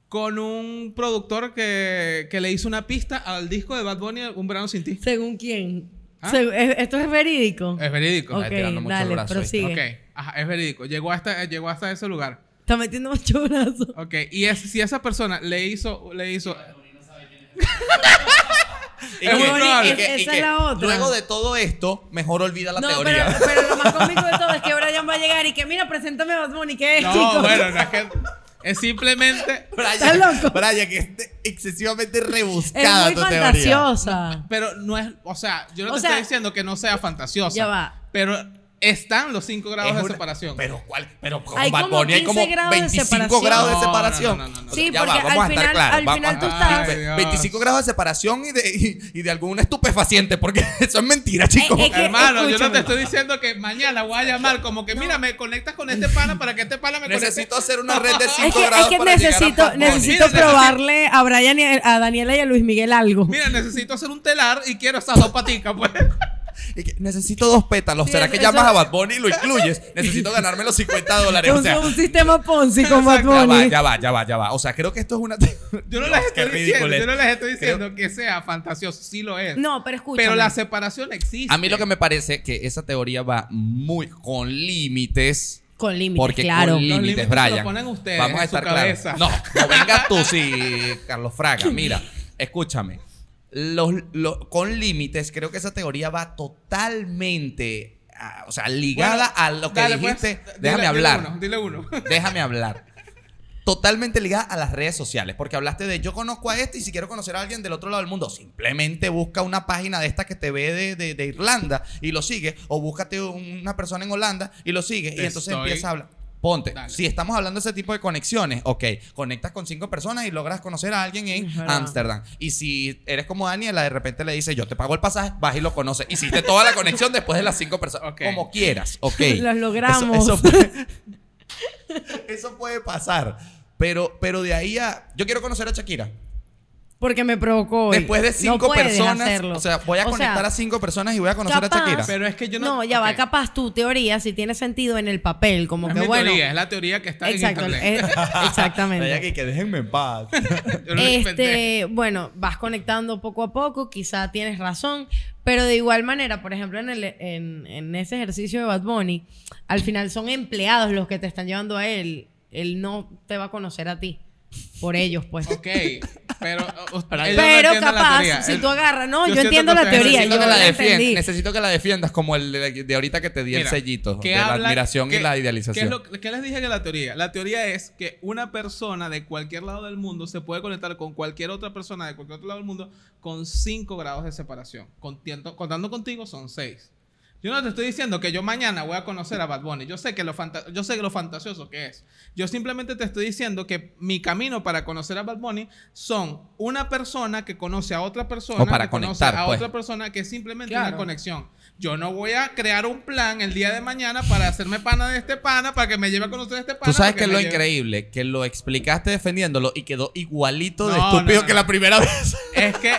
con un productor que, que le hizo una pista al disco de Bad Bunny Un Verano Sin Ti.
¿Según quién?
¿Ah?
Segu- ¿es- ¿Esto es verídico?
Es verídico.
Ok,
Está tirando mucho el
dale,
brazo ahí.
prosigue.
Ok, ajá, es verídico. Llegó hasta, eh, llegó hasta ese lugar.
Está metiendo mucho brazo.
Ok, y es- si esa persona le hizo, le hizo...
Y
Es
que-
muy probable.
y que-
Es-
y
esa
que
es la otra.
Luego de todo esto, mejor olvida la
no, pero,
teoría.
pero lo más cómico de todo es que Brian va a llegar y que, mira, preséntame a Bad Bunny, ¿qué es,
No,
chicos?
bueno, no es que. Es simplemente.
Brian,
loco?
Brian, que es de- excesivamente
es
rebuscada
muy
tu teoría.
fantasiosa.
Pero no es. O sea, yo no
O
te
sea,
estoy diciendo que no sea fantasiosa.
ya va.
Pero están los 5 grados
Es
de
una-
separación.
Pero cuál, pero con
Hay
Bad
como
Bunny hay
15
como
grados de
25
separación.
grados de
No, no,
separación.
no, no, no, no.
Sí,
Ya
porque al
vamos a estar
final-
claros.
al
Vamos-
final tú
Ay,
estás-
Dios.
25 grados de separación y de, y, y de algún estupefaciente, porque eso es mentira, chicos.
Eh, eh, que-
Hermano, yo no
escúchame.
te estoy diciendo que mañana voy a llamar como que mira, me conectas con este pana para que este pana me conecte.
Necesito hacer una red de 5
Es que, es
grados
que
para llegar a Bad
necesito,
Bunny.
necesito
Mira,
probarle a Brian y a, a Daniela y a Luis Miguel algo.
Mira, necesito hacer un telar y quiero esas dos paticas, pues.
Y que, necesito dos pétalos.
Sí,
¿Será
eso-
que llamas
eso-
a Bad Bunny y lo incluyes? Necesito ganarme los 50 dólares. O
un,
sea,
un sistema Ponzi con Bad
ya va,
Bunny.
ya va, ya va, ya va. O sea, creo que esto es una.
Yo no
Dios,
les
qué
estoy diciendo,
ridículo es.
yo no les estoy
Creo-
diciendo que sea fantasioso, sí lo es.
No, pero escúchame.
pero la separación existe.
A mí lo que me parece que esa teoría va muy con límites.
Con límites,
Porque
claro.
con
Los
límites,
límites se
Brian.
los ponen ustedes
vamos a
en su
estar claros.
cabeza.
No, no vengas tú, sí, Carlos Fraga. Mira, escúchame. Los, los- con límites, creo que esa teoría va totalmente, ah, o sea, ligada
Bueno,
a lo que
dale, pues,
dijiste.
dile-
déjame hablar.
Dile uno, dile uno.
Déjame hablar. Totalmente ligada a las redes sociales, porque hablaste de yo conozco a este y si quiero conocer a alguien del otro lado del mundo, simplemente busca una página de esta que te ve de, de- de Irlanda y lo sigue, o búscate una persona en Holanda y lo sigue, y
Te
entonces
estoy-
empieza a hablar. Ponte,
Dale.
si estamos hablando de ese tipo de conexiones, ok, conectas con cinco personas y logras conocer a alguien en
Es verdad.
Ámsterdam. Y si eres como Daniela, de repente le dice yo te pago el pasaje, vas y lo conoces. Hiciste toda la conexión después de las cinco personas,
Ok.
como quieras, ok.
Los logramos.
Eso- eso fue- eso puede pasar. Pero, pero de ahí a. Yo quiero conocer a Shakira.
Porque me provocó hoy.
Después de
No
cinco
puedes
personas.
hacerlo.
O sea, voy a
O
conectar a cinco personas y voy a conocer
capaz-
a Shakira.
Pero es que yo no.
no, ya va,
ok.
capaz tu teoría si tiene sentido en el papel, como
No es
que
mi
bueno.
teoría, es la teoría que está
exacto,
en
es-
internet.
Pero ya
exactamente.
que, que déjenme en paz.
Yo no lo inventé.
Este, bueno, vas conectando poco a poco, quizá tienes razón, pero de igual manera, por ejemplo, en, el, en, en ese ejercicio de Bad Bunny, al final son empleados los que te están llevando a él. Él no te va a conocer a ti, por ellos, pues.
Ok, pero. o- o- ellos no
Pero
entienden la teoría.
capaz, si
Él-
tú agarras, no,
yo
yo,
siento
entiendo
que
la
ustedes
teoría,
necesitan
yo
necesito, que
la
la defien-
entendí.
necesito que la defiendas como el de, de ahorita que te di el
Mira,
sellito.
¿qué
De la
habla-
admiración y
qué-
la
¿qué, es
idealización.
lo- qué les dije que la teoría? La teoría es que una persona de cualquier lado del mundo se puede conectar con cualquier otra persona de cualquier otro lado del mundo con 5 grados de separación. Contiendo- contando contigo son 6. Yo no te estoy diciendo que yo mañana voy a conocer a Bad Bunny. Yo sé que lo fanta- yo sé que lo fantasioso que es. Yo simplemente te estoy diciendo que mi camino para conocer a Bad Bunny son una persona que conoce a otra persona
O para
que conoce
conectar,
a
pues.
otra persona que es simplemente
Claro.
una conexión. Yo no voy a crear un plan el día de mañana para hacerme pana de este pana, para que me lleve a conocer a este pana.
Tú sabes
para
que es
me
lo
lleve-
increíble, que lo explicaste defendiéndolo y quedó igualito de
No, no,
estúpido
no.
que la primera vez.
Es que,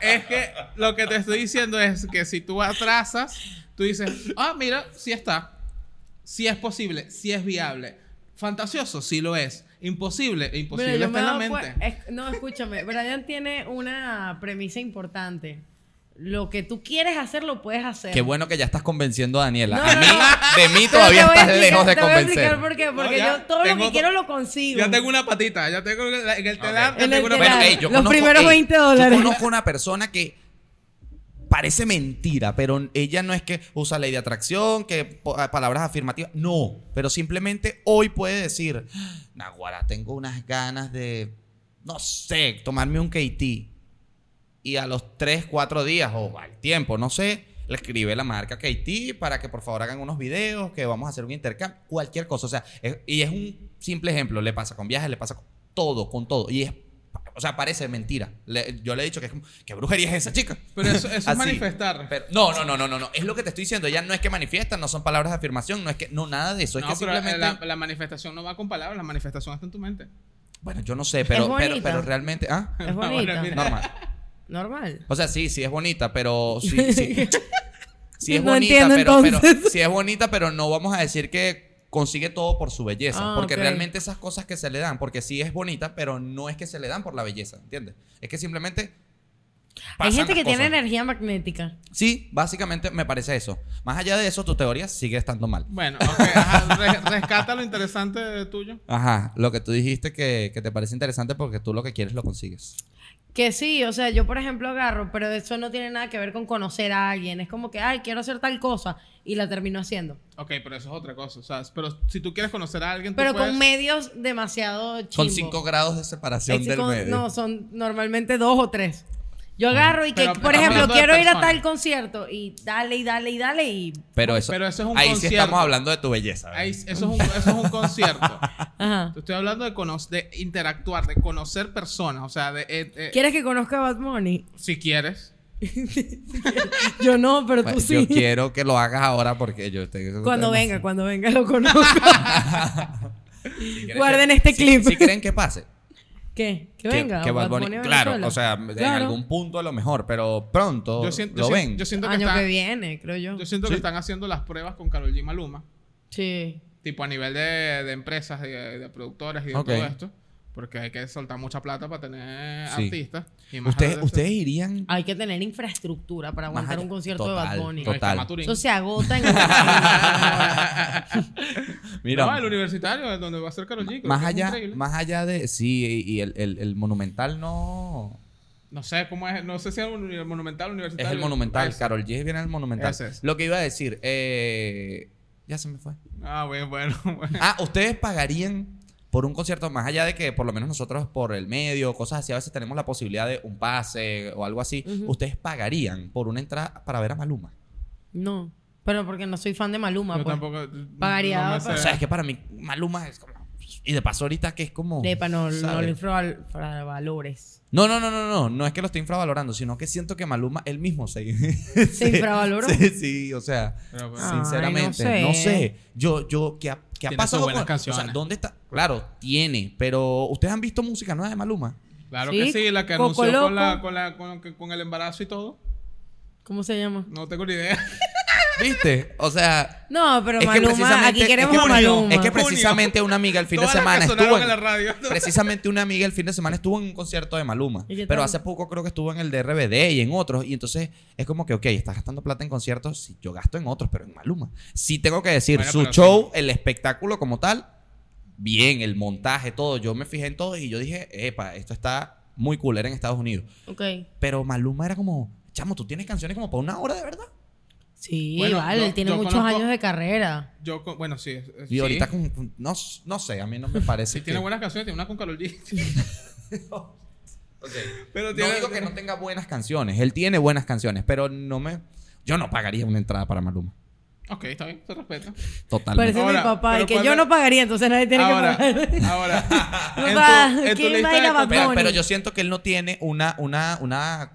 es que lo que te estoy diciendo es que si tú atrasas, tú dices, ah, mira, sí está. Sí es posible, sí es viable. Fantasioso, sí lo es. Imposible, e imposible
Mira, yo me
está en la
he dado
mente.
cuen- es- no, escúchame, Brian tiene una premisa importante. Lo que tú quieres hacer, lo puedes hacer.
Qué bueno que ya estás convenciendo a Daniela.
No,
a
no,
mí,
no.
de mí
Pero
todavía
te voy a
estás
explicar-
lejos de
te voy a explicar
convencer.
por qué, porque
No, ya,
yo todo lo
tengo-
que quiero lo consigo.
Ya tengo una patita, ya tengo la- en el telar, ya
En el
tengo una
telar.
patita.
Claro,
ey,
los primeros 20 dólares.
Yo conozco una persona que parece mentira, pero ella no es que usa ley de atracción, que po- ah, palabras afirmativas. No, pero simplemente hoy puede decir, Naguara, tengo unas ganas de, no sé, tomarme un KT. Y a los 3, 4 días o al tiempo, no sé, le escribe la marca KT para que por favor hagan unos videos, que vamos a hacer un intercambio, cualquier cosa. O sea, es- y es un simple ejemplo. Le pasa con viajes, le pasa con todo, con todo. Y es, o sea, parece mentira. Le- yo le he dicho que es como, ¿qué brujería es esa chica?
Pero eso, eso es
Así.
manifestar.
Pero- no, no, no, no, no, no. Es lo que te estoy diciendo. Ya no es que manifiestan, no son palabras de afirmación, no es que, no, nada de eso. Es
no,
que
pero eh,
simplemente.
la, la manifestación no va con palabras, la manifestación está en tu mente.
Bueno, yo no sé, pero, pero,
bonita.
pero realmente. Ah,
Es
Bueno,
bonita.
mira.
normal.
Normal.
O sea, sí, sí es bonita, pero sí, sí. Sí es
No
bonita,
entiendo,
pero, pero
entonces.
sí es bonita, pero no vamos a decir que consigue todo por su belleza,
Ah,
porque
ok.
realmente esas cosas que se le dan, porque sí es bonita, pero no es que se le dan por la belleza, ¿entiendes? Es que simplemente
Hay
pasan
gente que
las
tiene
cosas.
energía magnética.
Sí, básicamente me parece eso. Más allá de eso, tu teoría sigue estando mal.
Bueno, ok, ajá, re- rescata lo interesante de tuyo.
Ajá, lo que tú dijiste que, que te parece interesante porque tú lo que quieres lo consigues.
Que sí, o sea, yo por ejemplo agarro, pero eso no tiene nada que ver con conocer a alguien. Es como que, ay, quiero hacer tal cosa y la termino haciendo.
Ok, pero eso es otra cosa. O sea, pero si tú quieres conocer a alguien, tú
Pero
puedes-
con medios demasiado chingos.
Con 5 grados de separación del medio.
No, son normalmente dos o tres. Yo agarro y que,
Pero
por
estamos
ejemplo,
hablando de
quiero ir a
personas.
tal concierto y dale y dale y dale y...
pero eso,
pero eso es un
ahí sí
concierto.
estamos hablando de tu belleza. ¿verdad?
Ahí- eso, es un, eso es un concierto.
Ajá.
Te estoy hablando de, cono- de interactuar, de conocer personas. O sea, de, eh, eh,
¿Quieres que conozca a Bad Bunny?
si quieres.
Yo no, pero tú
Bueno,
sí.
Pues, Yo quiero que lo hagas ahora porque yo tengo
Cuando
tengo-
venga, cuando venga lo conozco.
Si quieren
guarden
Ah, que-
este
si-
clip.
Si creen que pase.
¿Qué? Que
que-
venga.
Que, Bad Bunny-
a
claro,
Venezuela.
o sea, en
Claro.
algún punto a lo mejor, pero pronto
Yo siento,
lo
yo siento-
ven.
yo siento que,
Año
están,
que viene, creo yo.
yo siento que están haciendo las pruebas con Carol G. Maluma.
Sí.
Tipo a nivel de, de empresas, de, de productoras y de
Ok.
todo esto. Porque hay que soltar mucha plata para tener
Sí.
artistas. Y más
ustedes,
allá de eso-
ustedes irían
Hay que tener infraestructura para
más
aguantar
allá.
un concierto
Total,
de Bad Bunny.
Ahí está
Total.
Maturín.
Eso se agota en una Ah,
Mira,
No, el universitario, donde va a ser Carol G. creo
más
que es
allá,
increíble.
más allá de sí y y el, el- el monumental no
No sé cómo es. No sé si es un uni- monumental universitario. Pues,
es el monumental.
Ese.
Carol G viene el monumental.
Ese es.
Lo que iba a decir, eh, ya se me fue.
Ah, bueno, bueno. bueno.
Ah, ustedes pagarían por un concierto más allá de que por lo menos nosotros por el medio, cosas así, a veces tenemos la posibilidad de un pase o algo así.
Ujú.
Ustedes pagarían por una entrada para ver a Maluma.
No, pero porque no soy fan de Maluma.
Yo
pues.
tampoco.
Pagaría
no me
para-
O
sé.
sea, es que para mí Maluma es como y de paso ahorita que es como
Lepa, no, no
¿sabes?
le infravalores.
No, no, no, no, no. No es que lo esté infravalorando, sino que siento que Maluma él mismo se.
¿Se infravaloró?
Sí, sí, o sea,
Pero, pues, bueno.
Ah.
sinceramente.
Ay,
no,
no
sé.
sé.
Yo, yo, ¿qué ha, qué ha
Tiene
pasado?
sus buenas
con- o sea,
canciones.
¿dónde está? Claro, tiene, pero ¿ustedes han visto música nueva de Maluma?
Claro
Sí,
que sí, la que
Coco
anunció
Loco.
con, la, con, la, con, con el embarazo y todo.
¿Cómo se llama?
No tengo ni idea.
¿Viste? O sea.
No, pero Maluma,
precisamente-
aquí queremos
es que
a
pre-
Maluma.
Es que
Junio.
precisamente una amiga el fin
Todas
de
las
semana
que
estuvo. en-
sonaron en la radio.
Precisamente una amiga el fin de semana estuvo en un concierto de Maluma.
¿Y qué
Pero
tal?
hace poco creo que estuvo en el de RBD y en otros. Y entonces es como que, ok, estás gastando plata en conciertos. Sí, yo gasto en otros, pero en Maluma. Sí tengo que decir,
Bueno,
su
pero
show, el espectáculo como tal, bien, el montaje, todo. Yo me fijé en todo y yo dije, epa, esto está muy cool, era en Estados Unidos.
Ok.
Pero Maluma era como, chamo, tú tienes canciones como para una hora de verdad.
Sí,
Bueno,
vale,
yo-
él tiene
yo
muchos
conozco-
años de carrera.
Yo, con- bueno, sí. eh,
Y
sí.
ahorita, con, con- no, no sé, a mí no me parece.
Sí, tiene
que-
buenas canciones, tiene una con Carol G.
Ok.
Pero tiene,
No digo que no tenga buenas canciones. Él tiene buenas canciones, pero no me. Yo no pagaría una entrada para Maluma.
Ok, está bien, se respeta.
Totalmente.
Parece
Ahora,
mi papá y
pero
que
cuando-
yo no pagaría, entonces nadie tiene
Ahora,
que pagar.
ahora.
Papá,
en tu
¿quién va a ir
lista
a
de
Bad
comida-
Pero,
Bunny?
pero yo siento que él no tiene una, una, una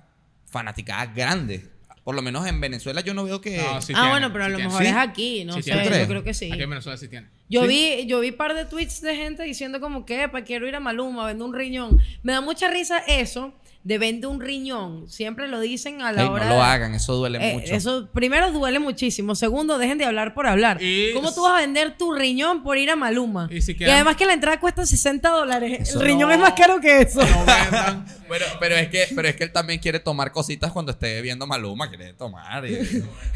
fanaticada grande. Por lo menos en Venezuela yo no veo que.
No, sí
ah,
tiene,
bueno, pero a
sí
lo
tiene.
mejor
Sí.
es aquí, no
Sí
sé,
tiene.
¿Tú crees?
yo creo que sí.
Aquí en Venezuela sí tiene.
Yo
Sí.
vi, yo vi par de tweets de gente diciendo como que, para quiero ir a Maluma, vendo un riñón. Me da mucha risa eso de vende un riñón. Siempre lo dicen a la
Ey, no
hora.
lo hagan, eso duele
Eh,
mucho.
eso primero duele muchísimo. Segundo, dejen de hablar por hablar.
Y-
¿Cómo tú vas a vender tu riñón por ir a Maluma?
Y si
y
quedan-
además que la entrada cuesta 60 dólares.
Eso
el riñón
no.
es más caro que eso.
No vendan.
Pero, pero es que, pero es que él también quiere tomar cositas cuando esté viendo Maluma, quiere tomar y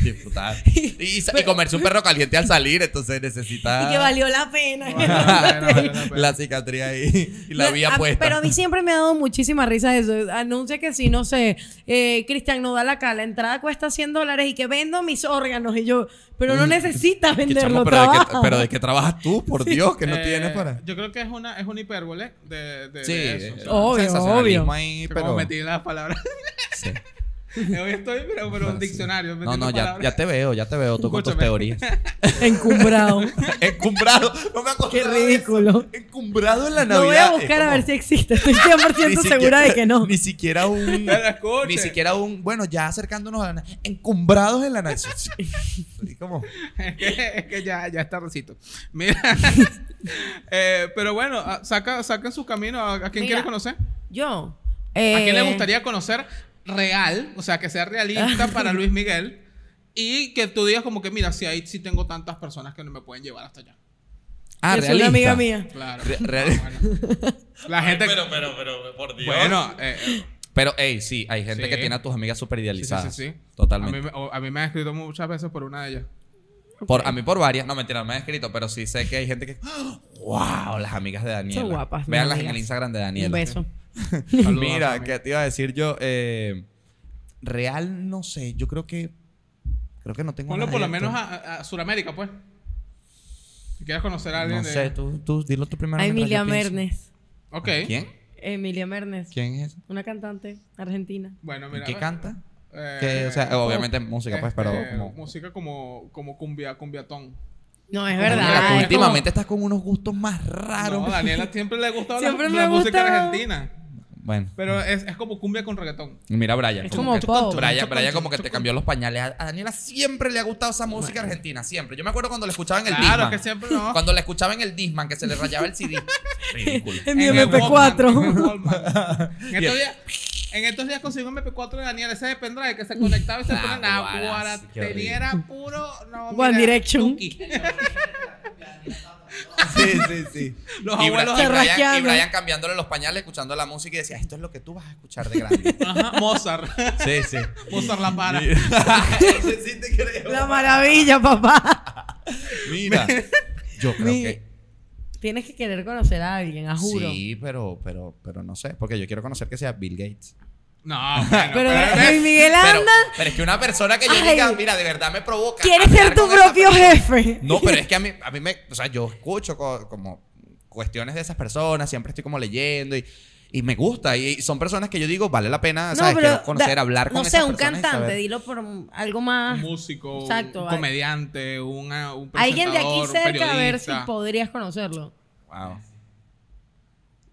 disfrutar. Y, y sa- y comerse un perro caliente al salir, entonces necesita.
Y que valió la pena.
Bueno, bueno, bueno, bueno.
la cicatriz ahí y la
No,
vía
a-
puesta.
Pero a mí siempre me ha dado muchísima risa eso. Anuncia que si, no sé, eh, Cristian Nodal acá, la entrada cuesta 100 dólares y que vendo mis órganos. Y yo, pero no necesitas
Que, Mm,
venderlo,
chamo, pero, de que,
trabaja.
pero de qué trabajas tú, por Dios, que no
Eh,
tienes para.
Yo creo que es una, es una hipérbole de, de,
Sí,
de eso. o sea,
Obvio,
sensacionalismo
obvio.
ahí,
que
pero.
como metí las palabras.
Sí.
Hoy estoy, pero, pero un
Sí.
diccionario.
No,
metiendo
no, ya,
palabras.
ya te veo, ya te veo tú con tus
Escúchame.
teorías.
Encumbrado.
Encumbrado, no me acordaba
Qué
de
ridículo.
eso. Encumbrado en la
Lo
Navidad.
voy a
es
buscar a
como-
ver si existe. Estoy 100%
ni
segura
siquiera-
de que no.
Ni siquiera un.
Pero escuche.
Ni siquiera un. Bueno, ya acercándonos a la. na- Encumbrados en la Navidad. como.
es, que, es que ya, ya está recito. Mira. eh, pero bueno, ah, saca, saca su camino. ¿A, a quién
Mira.
quiere conocer?
Yo.
¿A quién le
eh,
gustaría conocer real? O sea, que sea realista para Luis Miguel. Y que tú digas como que, mira, si ahí sí tengo tantas personas que no me pueden llevar hasta allá.
Ah,
que es una
realista.
amiga mía.
Claro.
Re- real-
Ah, bueno. La gente... pero, pero, pero, por Dios. Bueno, eh,
Pero, hey, sí, hay gente
Sí.
que tiene a tus amigas super
sí,
idealizadas.
sí, sí, sí.
Totalmente.
A mí, me- o- a mí me han escrito muchas veces por una de ellas.
Por, a mí por varias, no mentira, no me han escrito, pero sí sé que hay gente que. ¡Wow! Las amigas de Daniela.
Son guapas, mis
Veanlas en
amigas.
el Instagram de
Un
Daniela.
beso.
Saludos,
Mira,
Rami.
¿qué te iba a decir yo? Eh, real, no sé. Yo creo que. Creo que no tengo.
Ponlo
nada
por lo
directo.
menos a, a- a Sudamérica, pues. Si quieres conocer a alguien
No
de...
sé, tú, tú dilo tú primero.
A
mientras yo
Emilia
pienso.
Mernes.
Ok.
¿Quién?
Emilia Mernes.
¿Quién es esa?
Una cantante argentina.
Bueno,
¿Y
mira.
¿Qué
eh,
canta?
eh,
Que, o sea, obviamente música, pues, pero.
este,
como-
Música como, como cumbia, cumbiatón.
No, es
Mira,
verdad.
tú
es como-
últimamente estás con unos gustos más raros.
No, a Daniela siempre le ha gustado la,
Siempre me
la
ha
música
gustado.
argentina.
Bueno.
Pero es, es como cumbia con reggaetón.
Mira, Brian.
Es como pop.
Brian, Brian como que te cambió los pañales. A a Daniela siempre le ha gustado esa música argentina, siempre. Yo me acuerdo cuando la escuchaba en el
Claro,
Disman.
que siempre no.
Cuando la escuchaba en el Disman, que se le rayaba el CD. Ridículo.
En mi
el Walkman, en el
MP4.
Walkman. En
Bien.
estos días, en estos días conseguí un MP4 de Daniel, ese de pendrive que se conectaba y se
Ah,
ponía
guaras,
nada.
qué horrible.
Tenía era puro. No,
One Direction.
tuki.
Sí, sí, sí.
Los
y, Bra-
abuelos
y
Se
Brian, y
rasqueando.
Brian cambiándole los pañales, escuchando la música y decía, esto es lo que tú vas a escuchar de grande.
Ajá, Mozart.
sí, sí.
Mozart la para.
Ese sí te creo.
La maravilla, papá.
Mira. Yo creo
Mi-
que...
Tienes que querer conocer a alguien, a juro.
Sí, pero, pero, pero no sé. Porque yo quiero conocer que sea Bill Gates.
No, bueno,
Pero
pero-
Luis Miguel
Pero,
anda,
pero es que una persona que yo
Ay.
diga, mira, de verdad me provoca.
quieres
hablar
ser tu
con esa
propio
persona".
jefe.
No, pero es que a mí, a mí me. O sea, yo escucho co- como cuestiones de esas personas, siempre estoy como leyendo y. y me gusta, y son personas que yo digo, vale la pena, ¿sabes? Quiero conocer,
da-
hablar
No
con
sé,
esas
un
personas y
cantante,
saber.
dilo por un- algo más.
un músico,
Exacto,
un
vale.
comediante, un, ah, un
Alguien de aquí
presentador, un
cerca a ver si
periodista.
podrías conocerlo.
Wow.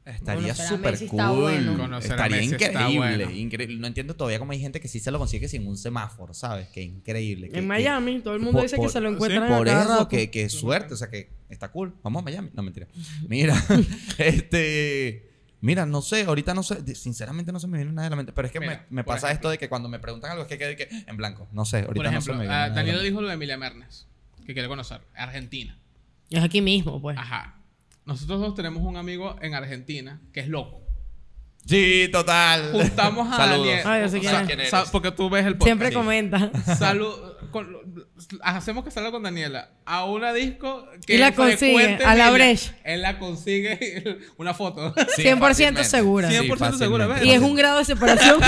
Estaría
Conocer a
súper
Messi
cool.
está bueno.
Conocer a
Estaría
Messi está
increíble,
bueno.
increíble. No entiendo todavía cómo hay gente que sí se lo consigue sin un semáforo, ¿sabes? Qué increíble. que-
En
que-
Miami, todo el mundo
Por-
dice
por-
que se lo
sí,
encuentran a
Por
cada
eso,
rato.
que, que suerte, o sea, que está cool. Vamos a Miami. No, mentira. Mira, este. Mira, no sé, ahorita no sé, de- sinceramente no se me viene nada de la mente, pero es que
Mira,
me, me
por
pasa
ejemplo.
esto de que cuando me preguntan algo es que quede que, en blanco, no sé, ahorita
Por
no se
ejemplo,
me viene.
ah,
nada de la
Daniela
mente.
dijo lo de Emilia Mernes, que quiere conocer, Argentina.
Es aquí mismo, pues.
Ajá. Nosotros dos tenemos un amigo en Argentina que es loco.
Sí, total.
Juntamos a
Saludos.
Daniel.
Ay, Ah, yo sé
O
quién
sea,
es.
¿quién eres?
sa- Porque tú ves el podcast.
Siempre comenta.
Salud- con- hacemos que salga con Daniela a una disco que
Y la
es frecuente
consigue,
en
a la
ella.
brecha.
Él la consigue una foto.
Sí,
100%
fácilmente.
segura.
Sí,
100% segura,
fácilmente.
Y es un grado de separación.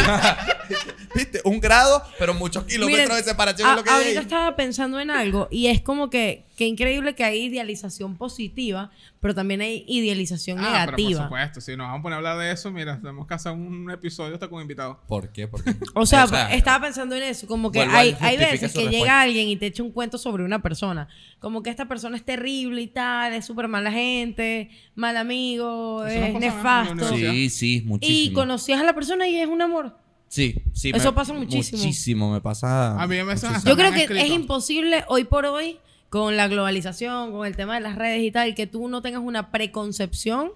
Viste, un grado, pero muchos kilómetros
Miren,
de separación
a-
es lo que hay.
ahorita estaba pensando en algo y es como que, que increíble que hay idealización positiva, pero también hay idealización
Ah, pero por
negativa.
supuesto, si nos vamos a poner a hablar de eso, mira, tenemos que hacer un episodio hasta con invitados.
¿Por qué? ¿Por qué?
O sea,
O sea,
estaba pensando en eso, como que
vuelvo a
hay, hay
justifique
veces
su
que
respuesta.
llega alguien y te echa un cuento sobre una persona, como que esta persona es terrible y tal, es súper mala gente, mal amigo,
Eso nos
es
pasaba en la
nefasto.
universidad.
Sí, sí,
Y
muchísimo.
conocías a la persona y es un amor.
Sí, sí.
Eso pasa muchísimo.
Muchísimo, me pasa.
A mí me suena
muchísimo.
Yo
me
creo
han
que es
escrito.
imposible hoy por hoy, con la globalización, con el tema de las redes y tal, que tú no tengas una preconcepción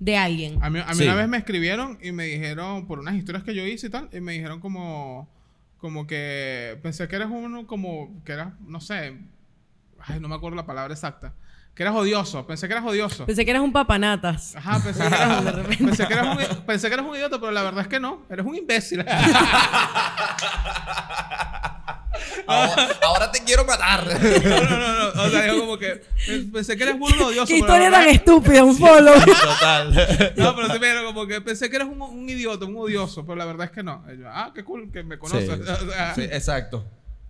de alguien.
A mí, a mí
Sí.
una vez me escribieron y me dijeron, por unas historias que yo hice y tal, y me dijeron como, como que pensé que eras uno como, que eras, no sé, ay, no me acuerdo la palabra exacta, que eras odioso, pensé que eras odioso.
Pensé que eras un papanatas.
Ajá, pensé que,
De
eras,
repente.
pensé, que eras un, pensé que eras un idiota, pero la verdad es que no, eres un imbécil.
Ahora, ahora te quiero matar.
no, no, no, no, o sea, dijo como que "Pens- pensé que eras burdo odioso.
Qué
pero la
historia
verdad
tan
es-
estúpida, un follow.
Total.
No, pero sí me dijeron como que pensé que eras un, un idiota, un odioso, pero la verdad es que no. Y yo, ah, qué cool que me conoces. O sea,
Sí, exacto.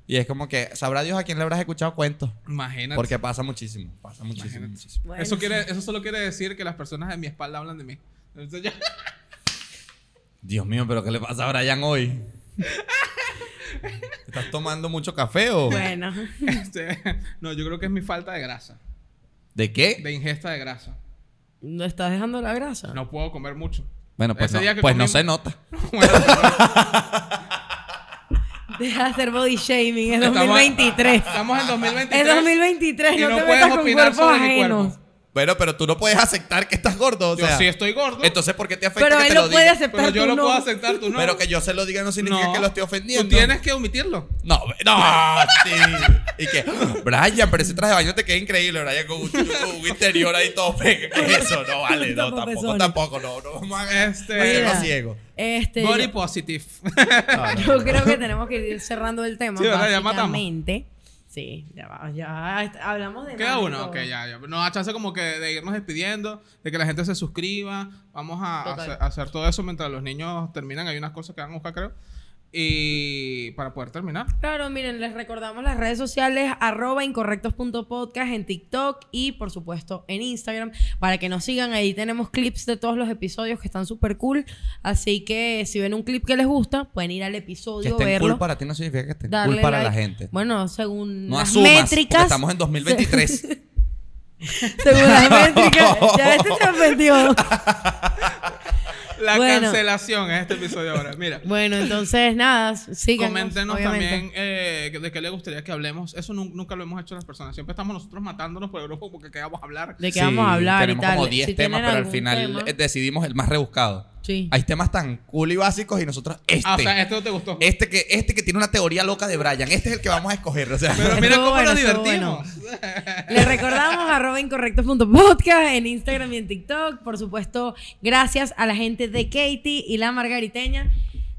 Y es como que sabrá Dios a quién le habrás escuchado cuentos.
Imagínate.
Porque pasa muchísimo. Pasa muchísimo.
Imagínate.
muchísimo.
Bueno.
Eso, quiere, eso solo quiere decir que las personas de mi espalda hablan de mí. Entonces ya-
Dios mío, pero ¿qué le pasa a Brian hoy? ¿Estás tomando mucho café o?
Bueno.
este, no, yo creo que es mi falta de grasa,
¿De qué?
de ingesta de grasa.
¿No estás dejando la grasa?
No puedo comer mucho.
Bueno, pues,
Ese
no,
día que
pues no
comimos-
se nota.
Bueno,
Deja de hacer body shaming, es
estamos-
2023.
Estamos en 2023.
Es 2023,
y
no,
no
te
puedes
metas con
opinar
cuerpos
sobre mi
ajenos.
cuerpo.
Bueno, pero tú no puedes aceptar que estás gordo. O
Yo
sea,
sí estoy gordo,
Entonces, ¿por qué te afecta
Pero
que
él
te
lo
lo
puede
diga?
aceptar.
pero yo
tú
lo
no.
puedo aceptar, tú no.
Pero que yo se lo diga no significa
No.
que lo esté ofendiendo.
Tú tienes que omitirlo.
No, no, sí. Y que, Brian, pero ese traje de baño te queda increíble, Brian, con un, con un interior ahí todo pe- ¿Qué es Eso, no vale, no, tampoco,
Tapapezones.
tampoco, no, no vamos a
Este,
hacerlo
Mira.
ciego.
Este,
Body
yo-
positive.
Yo creo que tenemos que ir cerrando el tema.
Sí, ¿verdad? Ya matamos.
básicamente. Sí, ya va, ya est- hablamos de
Queda
nada y
uno,
todo.
ok, ya, ya. Nos da chance como que de irnos despidiendo, de que la gente se suscriba. Vamos a, a
Total.
hacer, a hacer todo eso mientras los niños terminan. Hay unas cosas que van a buscar, creo. Y para poder terminar.
Claro, miren, les recordamos las redes sociales arroba incorrectos.podcast en TikTok y por supuesto en Instagram para que nos sigan. Ahí tenemos clips de todos los episodios que están súper cool. Así que si ven un clip que les gusta, pueden ir al
Que
episodio,
estén
verlo.
cool para ti no significa que estén
darle
cool para la
like.
gente.
Bueno, según
No
las
asumas, porque
métricas.
estamos en 2023.
Según las métricas. ya este te ofendió.
La
Bueno.
cancelación es este episodio ahora. Mira.
Bueno, entonces nada, sigan.
Coméntenos también eh, de qué les gustaría que hablemos. Eso nun- nunca lo hemos hecho las personas. Siempre estamos nosotros matándonos por el grupo porque queramos hablar.
de qué
Sí,
vamos a hablar y
tenemos
tal.
como 10
Si tienen
temas, pero al
algún
final
tema-
eh, decidimos el más rebuscado.
Sí.
Hay temas tan cool y básicos y nosotros este.
Ah, o sea, este no te gustó.
este que, este que tiene una teoría loca de Brian. Este es el que vamos a escoger. O sea,
Pero mira
Estuvo
cómo
bueno,
nos
estuvo
divertimos.
Les recordamos arroba incorrectos.podcast en Instagram y en TikTok. Por supuesto, gracias a la gente de Katie y la Margariteña.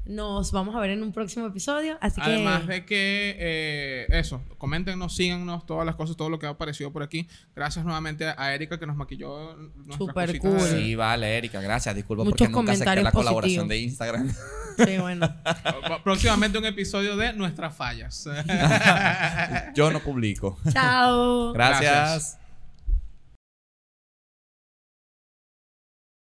Nos vamos a ver en un próximo episodio. Así que
Además de que eh, eso, coméntenos, síganos, todas las cosas, todo lo que ha aparecido por aquí. Gracias nuevamente a Erika que nos maquilló nuestras
Súper
cositas.
cool.
sí, vale, Erika, gracias. Disculpa
Muchos
porque nunca acepté
comentarios
la colaboración
positivos.
de Instagram.
sí, bueno.
Eh, Próximamente un episodio de nuestras fallas.
Yo no publico.
Chao.
Gracias.
Gracias.